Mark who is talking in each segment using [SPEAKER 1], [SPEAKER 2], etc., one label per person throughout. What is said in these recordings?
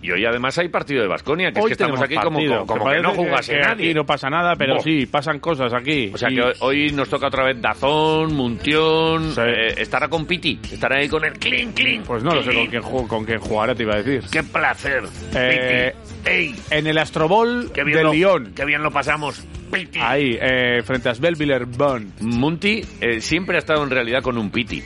[SPEAKER 1] Y hoy además hay partido de Vasconia, que es que estamos
[SPEAKER 2] tenemos
[SPEAKER 1] aquí como,
[SPEAKER 2] partido.
[SPEAKER 1] como- como
[SPEAKER 2] ¿Te
[SPEAKER 1] que no
[SPEAKER 2] parece
[SPEAKER 1] jugase
[SPEAKER 2] que
[SPEAKER 1] nadie.
[SPEAKER 2] Aquí no pasa nada, pero
[SPEAKER 1] Buah.
[SPEAKER 2] sí, pasan cosas aquí.
[SPEAKER 1] O sea
[SPEAKER 2] Y-
[SPEAKER 1] que hoy, hoy nos toca otra vez Dazón, Muntión.
[SPEAKER 2] Sí.
[SPEAKER 1] eh, estará con Piti, estará ahí con el clink, clink.
[SPEAKER 2] Pues no lo sé con
[SPEAKER 1] clink.
[SPEAKER 2] quién, ju- con quién jugará, te iba a decir.
[SPEAKER 1] Qué placer,
[SPEAKER 2] Eh,
[SPEAKER 1] Piti. ¡Ey!
[SPEAKER 2] En el Astrobol
[SPEAKER 1] ¡Qué bien,
[SPEAKER 2] de
[SPEAKER 1] lo,
[SPEAKER 2] Lyon.
[SPEAKER 1] qué bien lo pasamos, Piti!
[SPEAKER 2] Ahí, eh, frente a Svelvillerbon.
[SPEAKER 1] Munti eh, siempre ha estado en realidad con un Piti.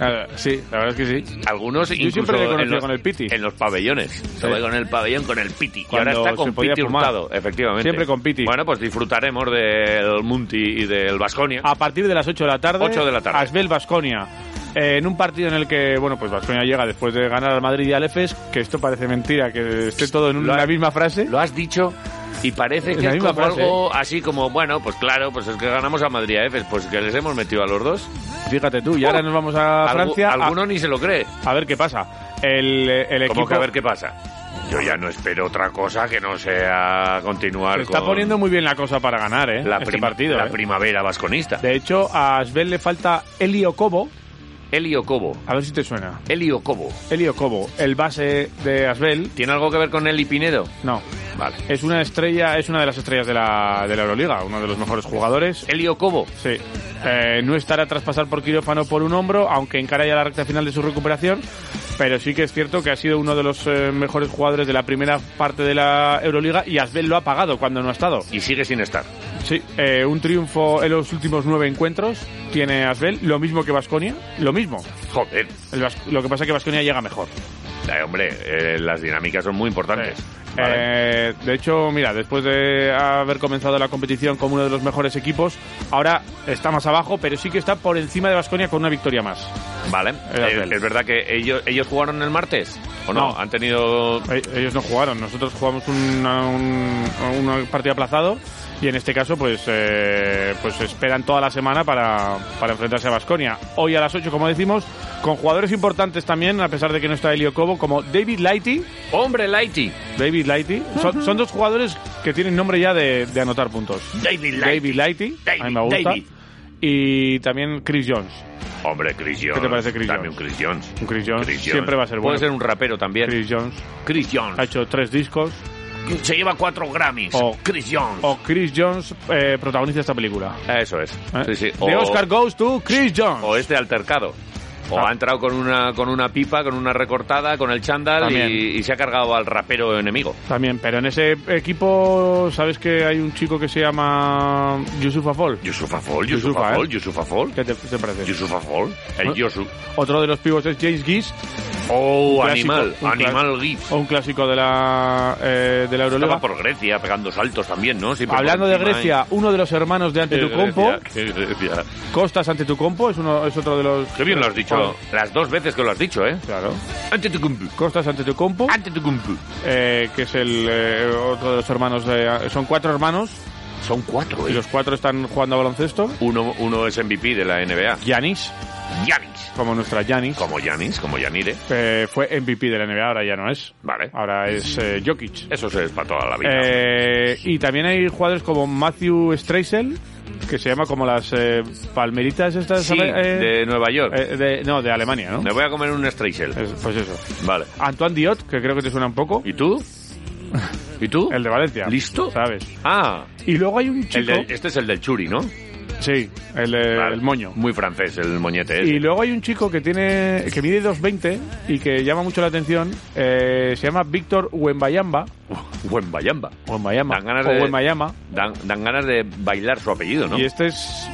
[SPEAKER 2] Ah, sí, la verdad es que sí.
[SPEAKER 1] Algunos incluso
[SPEAKER 2] siempre le he
[SPEAKER 1] en
[SPEAKER 2] conocido
[SPEAKER 1] los,
[SPEAKER 2] con el piti.
[SPEAKER 1] En los pabellones. Se va con el pabellón con el piti.
[SPEAKER 2] Cuando
[SPEAKER 1] y ahora está
[SPEAKER 2] se
[SPEAKER 1] con
[SPEAKER 2] podía
[SPEAKER 1] piti
[SPEAKER 2] fumar.
[SPEAKER 1] hurtado, efectivamente.
[SPEAKER 2] Siempre con piti.
[SPEAKER 1] Bueno, pues disfrutaremos del Munti y del Vasconia.
[SPEAKER 2] A partir de las 8 de la tarde,
[SPEAKER 1] 8 de la tarde.
[SPEAKER 2] Asbel Basconia. Eh, en un partido en el que, bueno, pues Basconia llega después de ganar al Madrid y al EFES, que esto parece mentira, que esté todo en
[SPEAKER 1] Lo ha-
[SPEAKER 2] una misma frase.
[SPEAKER 1] Lo has dicho y parece
[SPEAKER 2] En
[SPEAKER 1] que
[SPEAKER 2] la
[SPEAKER 1] es
[SPEAKER 2] misma
[SPEAKER 1] como
[SPEAKER 2] frase, ¿eh?
[SPEAKER 1] algo así como, bueno, pues claro, pues es que ganamos a Madrid a Efes, pues que les hemos metido a los dos.
[SPEAKER 2] Fíjate tú, y ahora
[SPEAKER 1] Oh.
[SPEAKER 2] nos vamos a
[SPEAKER 1] Algu-
[SPEAKER 2] Francia. a-
[SPEAKER 1] alguno ni se lo cree.
[SPEAKER 2] A ver qué pasa. El, el
[SPEAKER 1] Como
[SPEAKER 2] equipo
[SPEAKER 1] que a ver qué pasa. Yo ya no espero otra cosa que no sea continuar
[SPEAKER 2] se está
[SPEAKER 1] con
[SPEAKER 2] poniendo muy bien la cosa para ganar, ¿eh?
[SPEAKER 1] la,
[SPEAKER 2] este
[SPEAKER 1] prim-
[SPEAKER 2] partido.
[SPEAKER 1] la
[SPEAKER 2] ¿eh?
[SPEAKER 1] primavera vasconista.
[SPEAKER 2] De hecho, a Asbel le falta Elio Cobo.
[SPEAKER 1] Elio Cobo.
[SPEAKER 2] A ver si te suena.
[SPEAKER 1] Elio Cobo.
[SPEAKER 2] Elio Cobo, el base de Asbel.
[SPEAKER 1] ¿Tiene algo que ver con Eli Pinedo?
[SPEAKER 2] No.
[SPEAKER 1] Vale.
[SPEAKER 2] Es una estrella, es una de las estrellas de la, de la Euroliga, uno de los mejores jugadores.
[SPEAKER 1] Elio Cobo.
[SPEAKER 2] Sí. Eh, no estará tras pasar por quirófano por un hombro, aunque encara ya la recta final de su recuperación. Pero sí que es cierto que ha sido uno de los eh, mejores jugadores de la primera parte de la Euroliga y Asbel lo ha pagado cuando no ha estado.
[SPEAKER 1] Y sigue sin estar.
[SPEAKER 2] Sí, eh, un triunfo en los últimos nueve encuentros tiene Asbel, lo mismo que Vasconia, lo mismo.
[SPEAKER 1] Joder.
[SPEAKER 2] El Bas- lo que pasa es que Vasconia llega mejor.
[SPEAKER 1] Ay, hombre, eh, las dinámicas son muy importantes. Vale.
[SPEAKER 2] Eh, de hecho, mira, después de haber comenzado la competición como uno de los mejores equipos, ahora está más abajo, pero sí que está por encima de Vasconia con una victoria más.
[SPEAKER 1] Vale.
[SPEAKER 2] era
[SPEAKER 1] Eh,
[SPEAKER 2] Abdel.
[SPEAKER 1] es verdad que ellos, ellos jugaron el martes. ¿O no?
[SPEAKER 2] No.
[SPEAKER 1] Han tenido.
[SPEAKER 2] Eh, Ellos no jugaron, nosotros jugamos una, un, una partida aplazado y en este caso pues eh, pues esperan toda la semana para, para enfrentarse a Basconia. Hoy a las 8, como decimos, con jugadores importantes también, a pesar de que no está Elio Cobo, como David Lighty.
[SPEAKER 1] ¡Hombre, Lighty!
[SPEAKER 2] David Lighty. Son, son dos jugadores que tienen nombre ya de, de anotar puntos.
[SPEAKER 1] David
[SPEAKER 2] David Lighty, a mí me gusta.
[SPEAKER 1] David.
[SPEAKER 2] Y también Chris Jones.
[SPEAKER 1] Hombre, Chris Jones.
[SPEAKER 2] ¿Qué te parece Chris
[SPEAKER 1] También
[SPEAKER 2] Jones?
[SPEAKER 1] Chris Jones.
[SPEAKER 2] Un Chris Jones siempre va a ser bueno.
[SPEAKER 1] Puede ser un rapero también. Chris,
[SPEAKER 2] Chris Jones
[SPEAKER 1] Jones.
[SPEAKER 2] ha hecho tres discos.
[SPEAKER 1] Se lleva cuatro Grammys.
[SPEAKER 2] O-
[SPEAKER 1] Chris Jones.
[SPEAKER 2] O Chris Jones eh, protagoniza esta película.
[SPEAKER 1] Eso es.
[SPEAKER 2] ¿eh?
[SPEAKER 1] Sí, sí.
[SPEAKER 2] The
[SPEAKER 1] O-
[SPEAKER 2] Oscar Goes to Chris Jones.
[SPEAKER 1] o es de altercado. O
[SPEAKER 2] Ah.
[SPEAKER 1] ha entrado con una, con una pipa, con una recortada, con el chándal
[SPEAKER 2] También.
[SPEAKER 1] y, y se ha cargado al rapero enemigo.
[SPEAKER 2] También, pero en ese equipo, ¿sabes que hay un chico que se llama Yusuf Afol?
[SPEAKER 1] Yusuf Afol, Yusuf
[SPEAKER 2] Yusuf Afol,
[SPEAKER 1] Afol, Yusuf Afol.
[SPEAKER 2] ¿Qué te, te parece?
[SPEAKER 1] Yusuf Afol, el
[SPEAKER 2] ¿Eh?
[SPEAKER 1] Yusuf.
[SPEAKER 2] Otro de los pibos es James Gist,
[SPEAKER 1] Oh,
[SPEAKER 2] Un clásico,
[SPEAKER 1] animal,
[SPEAKER 2] un
[SPEAKER 1] animal GIF.
[SPEAKER 2] un clásico de la, eh, de la Euroliga.
[SPEAKER 1] Estaba por Grecia pegando saltos también, ¿no? Siempre por
[SPEAKER 2] Hablando de
[SPEAKER 1] encima,
[SPEAKER 2] Grecia, uno de los hermanos de
[SPEAKER 1] ¿eh? Qué
[SPEAKER 2] Antetokounmpo,
[SPEAKER 1] Grecia, qué Grecia.
[SPEAKER 2] Costas Antetokounmpo, es, uno, es otro de los...
[SPEAKER 1] Qué bien lo has dicho.
[SPEAKER 2] Bueno,
[SPEAKER 1] Las dos veces que lo has dicho, ¿eh?
[SPEAKER 2] Claro.
[SPEAKER 1] Antetokounmpo,
[SPEAKER 2] Costas Antetokounmpo,
[SPEAKER 1] Antetokounmpo.
[SPEAKER 2] eh, que es el eh, otro de los hermanos de... Son cuatro hermanos
[SPEAKER 1] Son cuatro,
[SPEAKER 2] y
[SPEAKER 1] ¿eh?
[SPEAKER 2] los cuatro están jugando a baloncesto.
[SPEAKER 1] Uno, uno es MVP de la NBA.
[SPEAKER 2] Yanis,
[SPEAKER 1] Yanis.
[SPEAKER 2] como nuestra Yanis,
[SPEAKER 1] Como Yanis, como Yanire.
[SPEAKER 2] eh, fue MVP de la NBA, ahora ya no es.
[SPEAKER 1] Vale.
[SPEAKER 2] Ahora es eh, Jokic.
[SPEAKER 1] Eso se es para toda la vida.
[SPEAKER 2] Eh, y también hay jugadores como Matthew Streisel, que se llama como las eh, palmeritas estas...
[SPEAKER 1] Sí,
[SPEAKER 2] ¿sabes? Eh,
[SPEAKER 1] de Nueva York.
[SPEAKER 2] eh, de- no, de Alemania, ¿no?
[SPEAKER 1] Me voy a comer un Streisel.
[SPEAKER 2] Es- pues eso.
[SPEAKER 1] Vale.
[SPEAKER 2] Antoine Diot, que creo que te suena un poco.
[SPEAKER 1] ¿Y tú? ¿Y tú?
[SPEAKER 2] El de Valencia.
[SPEAKER 1] ¿Listo?
[SPEAKER 2] ¿Sabes?
[SPEAKER 1] Ah,
[SPEAKER 2] Y luego hay un chico...
[SPEAKER 1] el de- este es el del churi, ¿no?
[SPEAKER 2] Sí, el, de-
[SPEAKER 1] Vale.
[SPEAKER 2] el moño.
[SPEAKER 1] Muy francés, el moñete ese.
[SPEAKER 2] Y luego hay un chico que tiene que mide 2.20 y que llama mucho la atención. eh, se llama Víctor Wembayamba.
[SPEAKER 1] Buen bayamba.
[SPEAKER 2] Wembayama.
[SPEAKER 1] Dan ganas
[SPEAKER 2] o
[SPEAKER 1] de-
[SPEAKER 2] Wembayama.
[SPEAKER 1] Dan, dan ganas de bailar su apellido, ¿no?
[SPEAKER 2] Y este es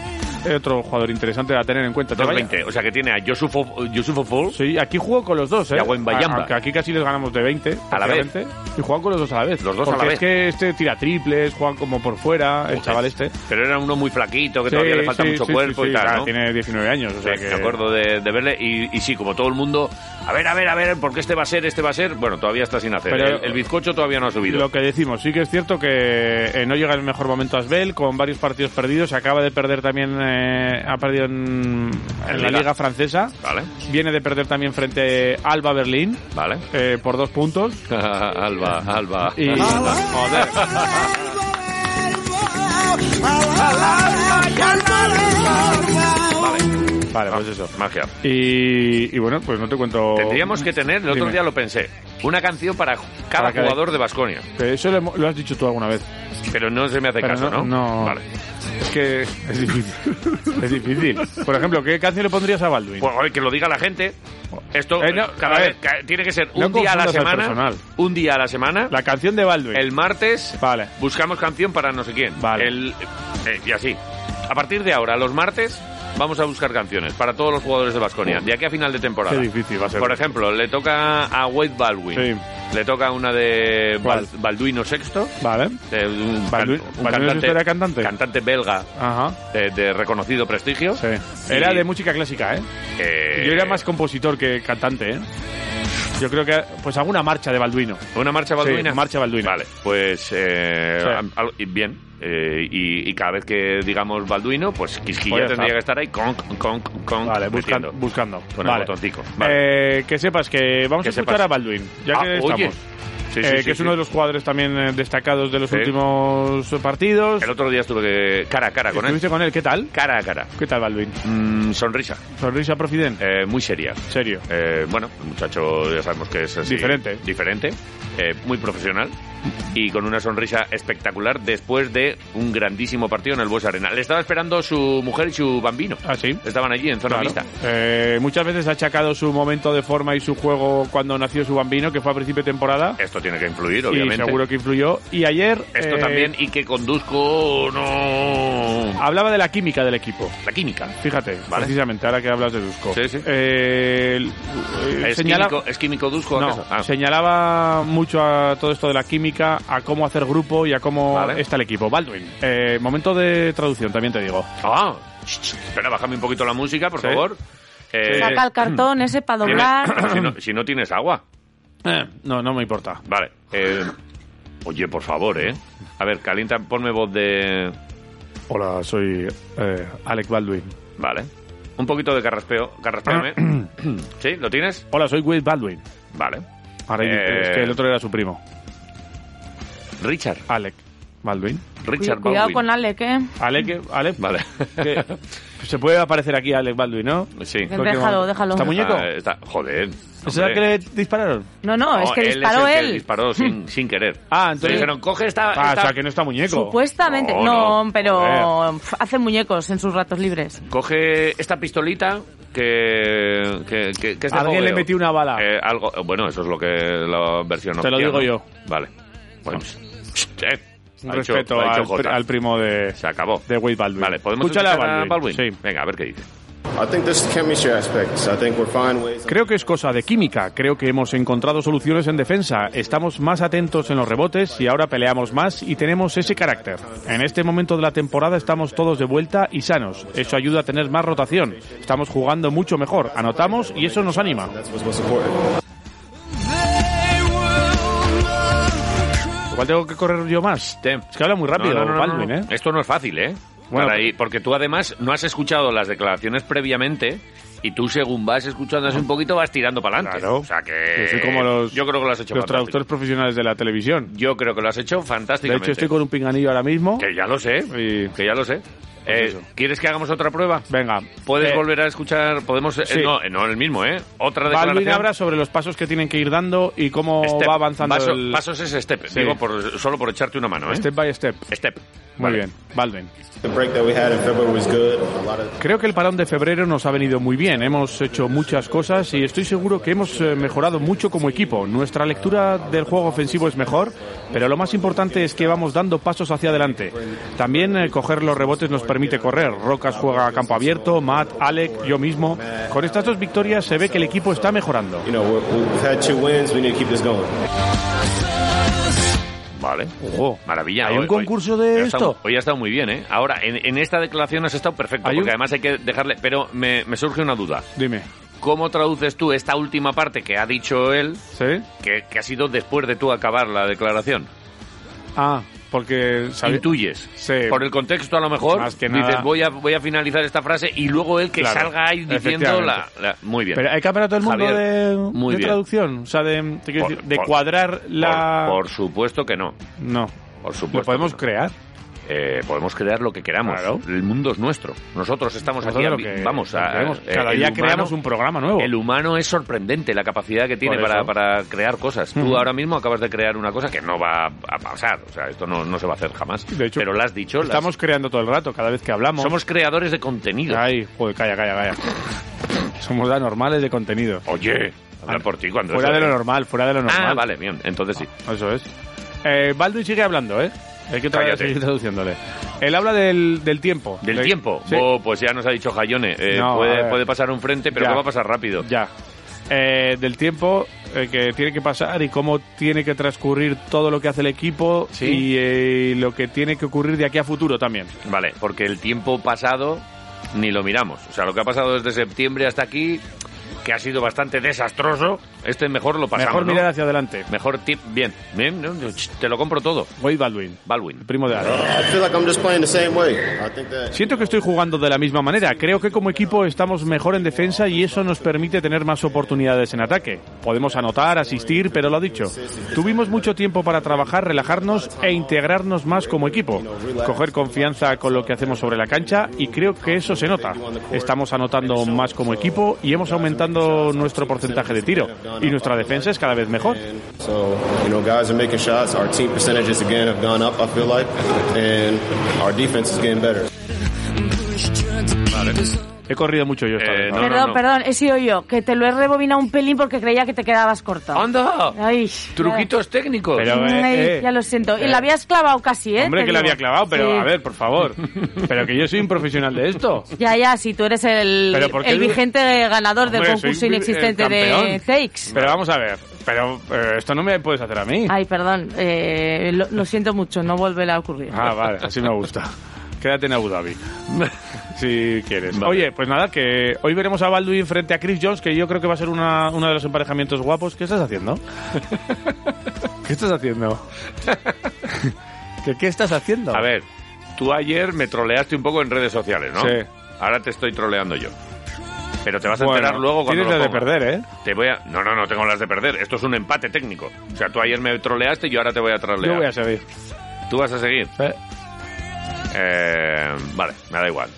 [SPEAKER 2] otro jugador interesante a tener en cuenta. Te vaya-
[SPEAKER 1] 2-20. O sea que tiene a Yusufo- Yusufofol.
[SPEAKER 2] Sí, aquí jugó con los dos, ¿eh?
[SPEAKER 1] Y a Wembayamba.
[SPEAKER 2] Aunque aquí casi les ganamos de 20.
[SPEAKER 1] A la vez.
[SPEAKER 2] prácticamente, Y juegan con los dos a la vez.
[SPEAKER 1] Los dos a
[SPEAKER 2] Porque
[SPEAKER 1] la vez.
[SPEAKER 2] es que este tira triples, juegan como por fuera, el
[SPEAKER 1] Joder.
[SPEAKER 2] chaval este.
[SPEAKER 1] Pero era uno muy flaquito, que
[SPEAKER 2] Sí,
[SPEAKER 1] todavía le falta
[SPEAKER 2] sí,
[SPEAKER 1] mucho
[SPEAKER 2] sí,
[SPEAKER 1] cuerpo
[SPEAKER 2] sí,
[SPEAKER 1] y
[SPEAKER 2] sí,
[SPEAKER 1] tal,
[SPEAKER 2] claro,
[SPEAKER 1] ¿no?
[SPEAKER 2] Tiene 19 años, o sea
[SPEAKER 1] Sí,
[SPEAKER 2] que...
[SPEAKER 1] Me acuerdo de, de verle y, y sí, como todo el mundo, a ver, a ver, a ver, porque este va a ser, este va a ser. Bueno, todavía está sin hacer.
[SPEAKER 2] Pero-
[SPEAKER 1] el, el bizcocho todavía no ha subido.
[SPEAKER 2] Lo que decimos, sí que es cierto que eh, no llega el mejor momento a Asbel, con varios partidos perdidos, acaba de perder también, eh, ha perdido en, en
[SPEAKER 1] En
[SPEAKER 2] la
[SPEAKER 1] Liga.
[SPEAKER 2] liga francesa,
[SPEAKER 1] Vale,
[SPEAKER 2] viene de perder también frente a Alba Berlín
[SPEAKER 1] vale.
[SPEAKER 2] eh, por dos puntos
[SPEAKER 1] Alba, Alba.
[SPEAKER 2] y joder, vale, pues eso.
[SPEAKER 1] Magia.
[SPEAKER 2] Y, y bueno, pues no te cuento.
[SPEAKER 1] Tendríamos que tener, el otro
[SPEAKER 2] Dime.
[SPEAKER 1] día lo pensé, una canción para cada
[SPEAKER 2] Para cada-
[SPEAKER 1] jugador de Basconia.
[SPEAKER 2] Que Eso lo, hemos- lo has dicho tú alguna vez.
[SPEAKER 1] Pero no se me hace
[SPEAKER 2] Pero
[SPEAKER 1] caso, ¿no?
[SPEAKER 2] no- no.
[SPEAKER 1] Vale.
[SPEAKER 2] Es que es difícil. es difícil. Por ejemplo, ¿qué canción le pondrías a Baldwin?
[SPEAKER 1] Pues a ver, que lo diga la gente. Esto
[SPEAKER 2] Eh, no,
[SPEAKER 1] cada
[SPEAKER 2] a
[SPEAKER 1] vez
[SPEAKER 2] ver.
[SPEAKER 1] ca- tiene que ser un
[SPEAKER 2] No
[SPEAKER 1] día a la
[SPEAKER 2] confundas al
[SPEAKER 1] semana.
[SPEAKER 2] personal.
[SPEAKER 1] Un día a la semana.
[SPEAKER 2] la canción de Baldwin.
[SPEAKER 1] El martes
[SPEAKER 2] Vale.
[SPEAKER 1] buscamos canción para no sé quién.
[SPEAKER 2] Vale.
[SPEAKER 1] El- eh, y así. A partir de ahora, los martes, vamos a buscar canciones para todos los jugadores de Basconia. De aquí a final de temporada.
[SPEAKER 2] Qué difícil va a ser.
[SPEAKER 1] Por ejemplo, le toca a Wade Baldwin.
[SPEAKER 2] Sí.
[SPEAKER 1] Le toca una de
[SPEAKER 2] ¿Cuál?
[SPEAKER 1] Bal- Balduino VI.
[SPEAKER 2] Vale.
[SPEAKER 1] de un,
[SPEAKER 2] Balduino-
[SPEAKER 1] can- un
[SPEAKER 2] Balduino VI era cantante.
[SPEAKER 1] Cantante belga
[SPEAKER 2] Ajá.
[SPEAKER 1] de, de reconocido prestigio.
[SPEAKER 2] Sí.
[SPEAKER 1] Sí.
[SPEAKER 2] Era de música clásica, ¿eh?
[SPEAKER 1] Eh,
[SPEAKER 2] Yo era más compositor que cantante, ¿eh? Yo creo que. Pues alguna marcha de Balduino.
[SPEAKER 1] ¿Una marcha balduina?
[SPEAKER 2] Sí, marcha balduina.
[SPEAKER 1] Vale, pues eh,
[SPEAKER 2] Sí.
[SPEAKER 1] am- al- y bien. eh, y, y cada vez que digamos balduino, pues Quisquilla
[SPEAKER 2] Pues ya
[SPEAKER 1] tendría
[SPEAKER 2] está.
[SPEAKER 1] que estar ahí con, con, con,
[SPEAKER 2] Vale, buscan-
[SPEAKER 1] metiendo.
[SPEAKER 2] buscando.
[SPEAKER 1] Con el
[SPEAKER 2] vale.
[SPEAKER 1] botoncico. Vale.
[SPEAKER 2] Eh, que sepas que vamos
[SPEAKER 1] Que
[SPEAKER 2] a escuchar
[SPEAKER 1] sepas.
[SPEAKER 2] a Baldwin, ya
[SPEAKER 1] Ah,
[SPEAKER 2] que estamos.
[SPEAKER 1] oye. Sí, sí,
[SPEAKER 2] Eh,
[SPEAKER 1] sí,
[SPEAKER 2] que es
[SPEAKER 1] sí.
[SPEAKER 2] uno de los jugadores también eh, destacados de los
[SPEAKER 1] Sí.
[SPEAKER 2] últimos partidos.
[SPEAKER 1] El otro día estuve que- cara a cara con él.
[SPEAKER 2] ¿Estuviste con él? ¿Qué tal?
[SPEAKER 1] Cara a cara.
[SPEAKER 2] ¿Qué tal, Baldwin?
[SPEAKER 1] Mm, sonrisa.
[SPEAKER 2] ¿Sonrisa profidente?
[SPEAKER 1] eh, muy seria.
[SPEAKER 2] Serio.
[SPEAKER 1] Eh, bueno, el muchacho ya sabemos que es así.
[SPEAKER 2] Diferente.
[SPEAKER 1] Diferente. eh, muy profesional. Y con una sonrisa espectacular después de un grandísimo partido en el Bues Arena. Le estaba esperando su mujer y su bambino.
[SPEAKER 2] Ah, sí.
[SPEAKER 1] Estaban allí en zona
[SPEAKER 2] Claro.
[SPEAKER 1] mixta.
[SPEAKER 2] Eh, muchas veces ha achacado su momento de forma y su juego cuando nació su bambino, que fue a principio de temporada.
[SPEAKER 1] Esto tiene que influir,
[SPEAKER 2] Y
[SPEAKER 1] obviamente.
[SPEAKER 2] seguro que influyó. Y ayer
[SPEAKER 1] Esto
[SPEAKER 2] eh,
[SPEAKER 1] también, y que conduzco, no...
[SPEAKER 2] hablaba de la química del equipo.
[SPEAKER 1] La química.
[SPEAKER 2] Fíjate,
[SPEAKER 1] Vale.
[SPEAKER 2] precisamente, ahora que hablas de Dusko.
[SPEAKER 1] Sí, sí.
[SPEAKER 2] Eh, el- eh,
[SPEAKER 1] ¿Es,
[SPEAKER 2] señala-
[SPEAKER 1] químico, ¿Es químico Dusko
[SPEAKER 2] No,
[SPEAKER 1] acaso? Ah,
[SPEAKER 2] señalaba mucho a todo esto de la química, a cómo hacer grupo y a cómo
[SPEAKER 1] Vale.
[SPEAKER 2] está el equipo. Baldwin, eh, momento de traducción, también te digo.
[SPEAKER 1] Ah, ch, ch, espera, bájame un poquito la música, por
[SPEAKER 2] Sí.
[SPEAKER 1] favor. Eh,
[SPEAKER 3] Saca el cartón ese para
[SPEAKER 1] dime-
[SPEAKER 3] doblar.
[SPEAKER 1] si, no, si no tienes agua.
[SPEAKER 2] No, no me importa.
[SPEAKER 1] Vale. eh, oye, por favor, ¿eh? A ver, calienta, ponme voz de...
[SPEAKER 2] Hola, soy eh, Alec Baldwin.
[SPEAKER 1] Vale. Un poquito de carraspeo. Carraspeame.
[SPEAKER 2] Ah,
[SPEAKER 1] ¿Sí? ¿Lo tienes?
[SPEAKER 2] Hola, soy Wade Baldwin.
[SPEAKER 1] Vale.
[SPEAKER 2] Ahora
[SPEAKER 1] Eh,
[SPEAKER 2] es que el otro era su primo,
[SPEAKER 1] Richard.
[SPEAKER 2] Alec Baldwin.
[SPEAKER 1] Richard
[SPEAKER 3] Cuidado
[SPEAKER 1] Baldwin.
[SPEAKER 3] con Alec, ¿eh?
[SPEAKER 2] Alec, Alec
[SPEAKER 1] Mm. Vale.
[SPEAKER 2] que- se puede aparecer aquí Alec Baldwin, ¿no?
[SPEAKER 1] Sí.
[SPEAKER 3] Ven, Déjalo, déjalo.
[SPEAKER 2] ¿Está muñeco?
[SPEAKER 1] Ah, está- joder.
[SPEAKER 2] ¿Es el
[SPEAKER 1] hombre.
[SPEAKER 2] que le dispararon?
[SPEAKER 3] No, no, es que
[SPEAKER 1] él
[SPEAKER 3] disparó
[SPEAKER 1] es el
[SPEAKER 3] él.
[SPEAKER 1] Que disparó sin, sin querer.
[SPEAKER 2] Ah,
[SPEAKER 1] Le
[SPEAKER 2] entonces...
[SPEAKER 1] dijeron, coge esta...
[SPEAKER 2] Ah, o
[SPEAKER 1] esta-
[SPEAKER 2] sea, que no está muñeco.
[SPEAKER 3] Supuestamente.
[SPEAKER 1] No,
[SPEAKER 3] No,
[SPEAKER 1] no.
[SPEAKER 3] pero pf, hace muñecos en sus ratos libres.
[SPEAKER 1] Coge esta pistolita que... que, que- que es de
[SPEAKER 2] Alguien le
[SPEAKER 1] fogueo".
[SPEAKER 2] metió una bala.
[SPEAKER 1] Este Eh, algo, bueno, eso es lo que la versión
[SPEAKER 2] Ah. Te lo
[SPEAKER 1] oficial, ¿no?
[SPEAKER 2] digo yo.
[SPEAKER 1] Vale. Bueno, eh,
[SPEAKER 2] Un
[SPEAKER 1] ha hecho-
[SPEAKER 2] respeto
[SPEAKER 1] ha hecho
[SPEAKER 2] al, pri-
[SPEAKER 1] Jota.
[SPEAKER 2] al primo de,
[SPEAKER 1] Se acabó.
[SPEAKER 2] de Wade Baldwin.
[SPEAKER 1] Vale, podemos
[SPEAKER 2] Escúchale
[SPEAKER 1] escuchar a Baldwin.
[SPEAKER 2] Sí.
[SPEAKER 1] Venga, a ver qué dice.
[SPEAKER 4] I think there's chemistry aspects. I think we're finding ways.
[SPEAKER 2] Creo que es cosa de química. Creo que hemos encontrado soluciones en defensa. Estamos más atentos en los rebotes y ahora peleamos más y tenemos ese carácter. En este momento de la temporada estamos todos de vuelta y sanos. Eso ayuda a tener más rotación. Estamos jugando mucho mejor. Anotamos y eso nos anima.
[SPEAKER 4] That's what's most important.
[SPEAKER 2] Igual tengo que correr yo más.
[SPEAKER 1] Sí.
[SPEAKER 2] Es que habla muy rápido
[SPEAKER 1] No, no, no, no,
[SPEAKER 2] Baldwin,
[SPEAKER 1] no.
[SPEAKER 2] ¿eh?
[SPEAKER 1] Esto no es fácil, ¿eh?
[SPEAKER 2] Bueno,
[SPEAKER 1] Para
[SPEAKER 2] pues-
[SPEAKER 1] ahí- porque tú además no has escuchado las declaraciones previamente y tú según vas escuchándolas un poquito vas tirando para adelante.
[SPEAKER 2] Claro.
[SPEAKER 1] O sea que...
[SPEAKER 2] Yo soy como los,
[SPEAKER 1] Yo creo que lo has hecho
[SPEAKER 2] los
[SPEAKER 1] fantástico.
[SPEAKER 2] traductores profesionales de la televisión.
[SPEAKER 1] Yo creo que lo has hecho
[SPEAKER 2] De
[SPEAKER 1] fantásticamente.
[SPEAKER 2] hecho, estoy con un pinganillo ahora mismo.
[SPEAKER 1] Que ya lo sé,
[SPEAKER 2] Y-
[SPEAKER 1] que ya lo sé. Eh,
[SPEAKER 2] Pues eso.
[SPEAKER 1] ¿Quieres que hagamos otra prueba?
[SPEAKER 2] Venga.
[SPEAKER 1] ¿Puedes
[SPEAKER 2] Eh,
[SPEAKER 1] volver a escuchar? Podemos... eh,
[SPEAKER 2] sí.
[SPEAKER 1] no, eh, no el mismo, ¿eh? Otra
[SPEAKER 2] Baldwin
[SPEAKER 1] declaración.
[SPEAKER 2] habla sobre los pasos que tienen que ir dando y cómo
[SPEAKER 1] Step.
[SPEAKER 2] va avanzando
[SPEAKER 1] Paso-
[SPEAKER 2] el...
[SPEAKER 1] Pasos es step.
[SPEAKER 2] Sí.
[SPEAKER 1] Digo, por- solo por echarte una mano, ¿eh?
[SPEAKER 2] Step by step.
[SPEAKER 1] Step.
[SPEAKER 2] Muy
[SPEAKER 1] Vale.
[SPEAKER 2] bien, Baldwin.
[SPEAKER 4] The break that we had in February was good. A lot of
[SPEAKER 2] Creo que el parón de febrero nos ha venido muy bien. Hemos hecho muchas cosas y estoy seguro que hemos eh, mejorado mucho como equipo. Nuestra lectura del juego ofensivo es mejor, pero lo más importante es que vamos dando pasos hacia adelante. También eh, coger los rebotes nos permite correr. Rocas juega a campo abierto, Matt, Alec, yo mismo. Con estas dos victorias se ve que el equipo está mejorando.
[SPEAKER 4] You know, we're, we've had two wins. We need to keep this going.
[SPEAKER 1] Vale.
[SPEAKER 2] Ojo.
[SPEAKER 1] Maravilla.
[SPEAKER 5] Hay un
[SPEAKER 1] Hoy- hoy-
[SPEAKER 5] concurso de
[SPEAKER 1] hoy ha estado-
[SPEAKER 5] esto.
[SPEAKER 1] hoy ha estado muy bien, ¿eh? Ahora, en, en esta declaración has estado perfecto,
[SPEAKER 2] Hay
[SPEAKER 1] porque
[SPEAKER 2] un-
[SPEAKER 1] además hay que dejarle... Pero me, me surge una duda.
[SPEAKER 2] Dime.
[SPEAKER 1] ¿Cómo traduces tú esta última parte que ha dicho él,
[SPEAKER 2] ¿Sí?
[SPEAKER 1] que, que ha sido después de tú acabar la declaración?
[SPEAKER 2] Ah, porque... sabe-
[SPEAKER 1] Intuyes.
[SPEAKER 2] Sí.
[SPEAKER 1] Por el contexto, a lo mejor,
[SPEAKER 2] Más que
[SPEAKER 1] dices,
[SPEAKER 2] nada-
[SPEAKER 1] voy a, voy a finalizar esta frase y luego él que
[SPEAKER 2] Claro,
[SPEAKER 1] salga ahí diciendo la,
[SPEAKER 2] efectivamente.
[SPEAKER 1] la- Muy bien.
[SPEAKER 2] Pero hay que hablar a todo el mundo
[SPEAKER 1] Javier,
[SPEAKER 2] de,
[SPEAKER 1] muy
[SPEAKER 2] de
[SPEAKER 1] bien.
[SPEAKER 2] traducción, o sea, de, te quiero
[SPEAKER 1] Por-
[SPEAKER 2] decir, de
[SPEAKER 1] por-
[SPEAKER 2] cuadrar la...
[SPEAKER 1] por, por supuesto que no.
[SPEAKER 2] No,
[SPEAKER 1] Por
[SPEAKER 2] lo
[SPEAKER 1] supuesto.
[SPEAKER 2] podemos
[SPEAKER 1] que no.
[SPEAKER 2] crear.
[SPEAKER 1] Eh, podemos crear lo que queramos.
[SPEAKER 2] Claro.
[SPEAKER 1] El mundo es nuestro. Nosotros estamos
[SPEAKER 2] Nosotros lo
[SPEAKER 1] aquí.
[SPEAKER 2] que-
[SPEAKER 1] vamos
[SPEAKER 2] lo
[SPEAKER 1] a.
[SPEAKER 2] que queremos.
[SPEAKER 1] eh,
[SPEAKER 2] Cada
[SPEAKER 1] el
[SPEAKER 2] día
[SPEAKER 1] humano-
[SPEAKER 2] creamos un programa nuevo.
[SPEAKER 1] El humano es sorprendente la capacidad que tiene
[SPEAKER 2] Por
[SPEAKER 1] para,
[SPEAKER 2] eso.
[SPEAKER 1] para crear cosas. Tú
[SPEAKER 2] Ujú.
[SPEAKER 1] ahora mismo acabas de crear una cosa que no va a pasar. O sea, esto no, no se va a hacer jamás.
[SPEAKER 2] De hecho,
[SPEAKER 1] Pero lo has dicho. las-
[SPEAKER 2] Estamos creando todo el rato, cada vez que hablamos.
[SPEAKER 1] somos creadores de contenido.
[SPEAKER 2] Ay, joder, calla, calla, calla. Somos anormales de contenido.
[SPEAKER 1] Oye, hablar por ti cuando.
[SPEAKER 2] Ah, Fuera
[SPEAKER 1] eso-
[SPEAKER 2] de lo normal, fuera de lo normal.
[SPEAKER 1] Ah, vale, bien. Entonces sí.
[SPEAKER 2] Eso es. Eh, Baldwin sigue hablando, ¿eh? Hay que tra-
[SPEAKER 1] Cállate.
[SPEAKER 2] seguir traduciéndole. Él habla del, del tiempo.
[SPEAKER 1] Del
[SPEAKER 2] De-
[SPEAKER 1] tiempo.
[SPEAKER 2] Sí.
[SPEAKER 1] Oh, pues ya nos ha dicho Jayone. eh,
[SPEAKER 2] No, a
[SPEAKER 1] puede,
[SPEAKER 2] ver.
[SPEAKER 1] puede pasar un frente, pero
[SPEAKER 2] Ya.
[SPEAKER 1] que va a pasar rápido.
[SPEAKER 2] Ya. Eh, del tiempo eh, que tiene que pasar y cómo tiene que transcurrir todo lo que hace el equipo
[SPEAKER 1] Sí.
[SPEAKER 2] y eh, lo que tiene que ocurrir de aquí a futuro también.
[SPEAKER 1] Vale, porque el tiempo pasado ni lo miramos. O sea, lo que ha pasado desde septiembre hasta aquí, que ha sido bastante desastroso, este mejor lo pasamos.
[SPEAKER 2] Mejor
[SPEAKER 1] ¿no?
[SPEAKER 2] mirar hacia adelante.
[SPEAKER 1] Mejor tip, bien. Bien, ¿no? Ch, te lo compro todo.
[SPEAKER 2] Wade Baldwin, el
[SPEAKER 1] Baldwin.
[SPEAKER 2] primo de Aaron.
[SPEAKER 4] I feel like I'm just playing the same way. I think that
[SPEAKER 2] Siento que estoy jugando de la misma manera. Creo que como equipo estamos mejor en defensa y eso nos permite tener más oportunidades en ataque. Podemos anotar, asistir, pero lo dicho. Tuvimos mucho tiempo para trabajar, relajarnos e integrarnos más como equipo. Coger confianza con lo que hacemos sobre la cancha y creo que eso se nota. Estamos anotando más como equipo y hemos aumentado nuestro porcentaje de tiro. Y nuestra defensa es cada vez mejor.
[SPEAKER 4] And so, you know, guys are making shots. Our team percentages again have gone up, I feel like. And our defense is getting better.
[SPEAKER 2] He corrido mucho yo esta
[SPEAKER 1] Eh,
[SPEAKER 2] vez,
[SPEAKER 1] no,
[SPEAKER 2] ¿no?
[SPEAKER 3] perdón,
[SPEAKER 1] no.
[SPEAKER 3] perdón, he sido yo, que te lo he rebobinado un pelín porque creía que te quedabas corto.
[SPEAKER 1] ¡Anda!
[SPEAKER 3] Ay,
[SPEAKER 1] Truquitos técnicos.
[SPEAKER 2] Pero-
[SPEAKER 3] Ay,
[SPEAKER 2] eh, eh.
[SPEAKER 3] ya lo siento.
[SPEAKER 2] Eh.
[SPEAKER 3] Y la habías clavado casi, ¿eh?
[SPEAKER 2] Hombre,
[SPEAKER 3] Te
[SPEAKER 2] que la
[SPEAKER 3] digo.
[SPEAKER 2] había clavado, pero
[SPEAKER 3] Sí.
[SPEAKER 2] a ver, por favor. Pero que yo soy un profesional de esto.
[SPEAKER 3] Ya, ya, si tú eres el,
[SPEAKER 2] Pero ¿por qué
[SPEAKER 3] el
[SPEAKER 2] du-
[SPEAKER 3] vigente ganador del
[SPEAKER 2] Hombre,
[SPEAKER 3] concurso
[SPEAKER 2] soy, eh,
[SPEAKER 3] inexistente de
[SPEAKER 2] campeón.
[SPEAKER 3] Cakes.
[SPEAKER 2] Pero vamos a ver, pero eh, esto no me puedes hacer a mí.
[SPEAKER 3] Ay, perdón, eh, lo, lo siento mucho, no volverá a ocurrir.
[SPEAKER 2] Ah, vale, así me gusta. Quédate en Abu Dhabi, si quieres. Oye, pues nada, que hoy veremos a Baldwin frente a Chris Jones, que yo creo que va a ser una, uno de los emparejamientos guapos. ¿Qué estás haciendo? ¿Qué estás haciendo? ¿Qué, qué estás haciendo?
[SPEAKER 1] A ver, tú ayer me troleaste un poco en redes sociales, ¿no?
[SPEAKER 2] Sí.
[SPEAKER 1] Ahora te estoy troleando yo. Pero te vas a
[SPEAKER 2] Bueno,
[SPEAKER 1] enterar luego cuando
[SPEAKER 2] Tienes
[SPEAKER 1] lo
[SPEAKER 2] la de
[SPEAKER 1] ponga.
[SPEAKER 2] perder, ¿eh?
[SPEAKER 1] Te voy a... No, no, no tengo las de perder. Esto es un empate técnico. O sea, tú ayer me troleaste y yo ahora te voy a trolear.
[SPEAKER 2] Yo voy a seguir.
[SPEAKER 1] Tú vas a seguir.
[SPEAKER 2] ¿eh?
[SPEAKER 1] Eh, vale, me da igual.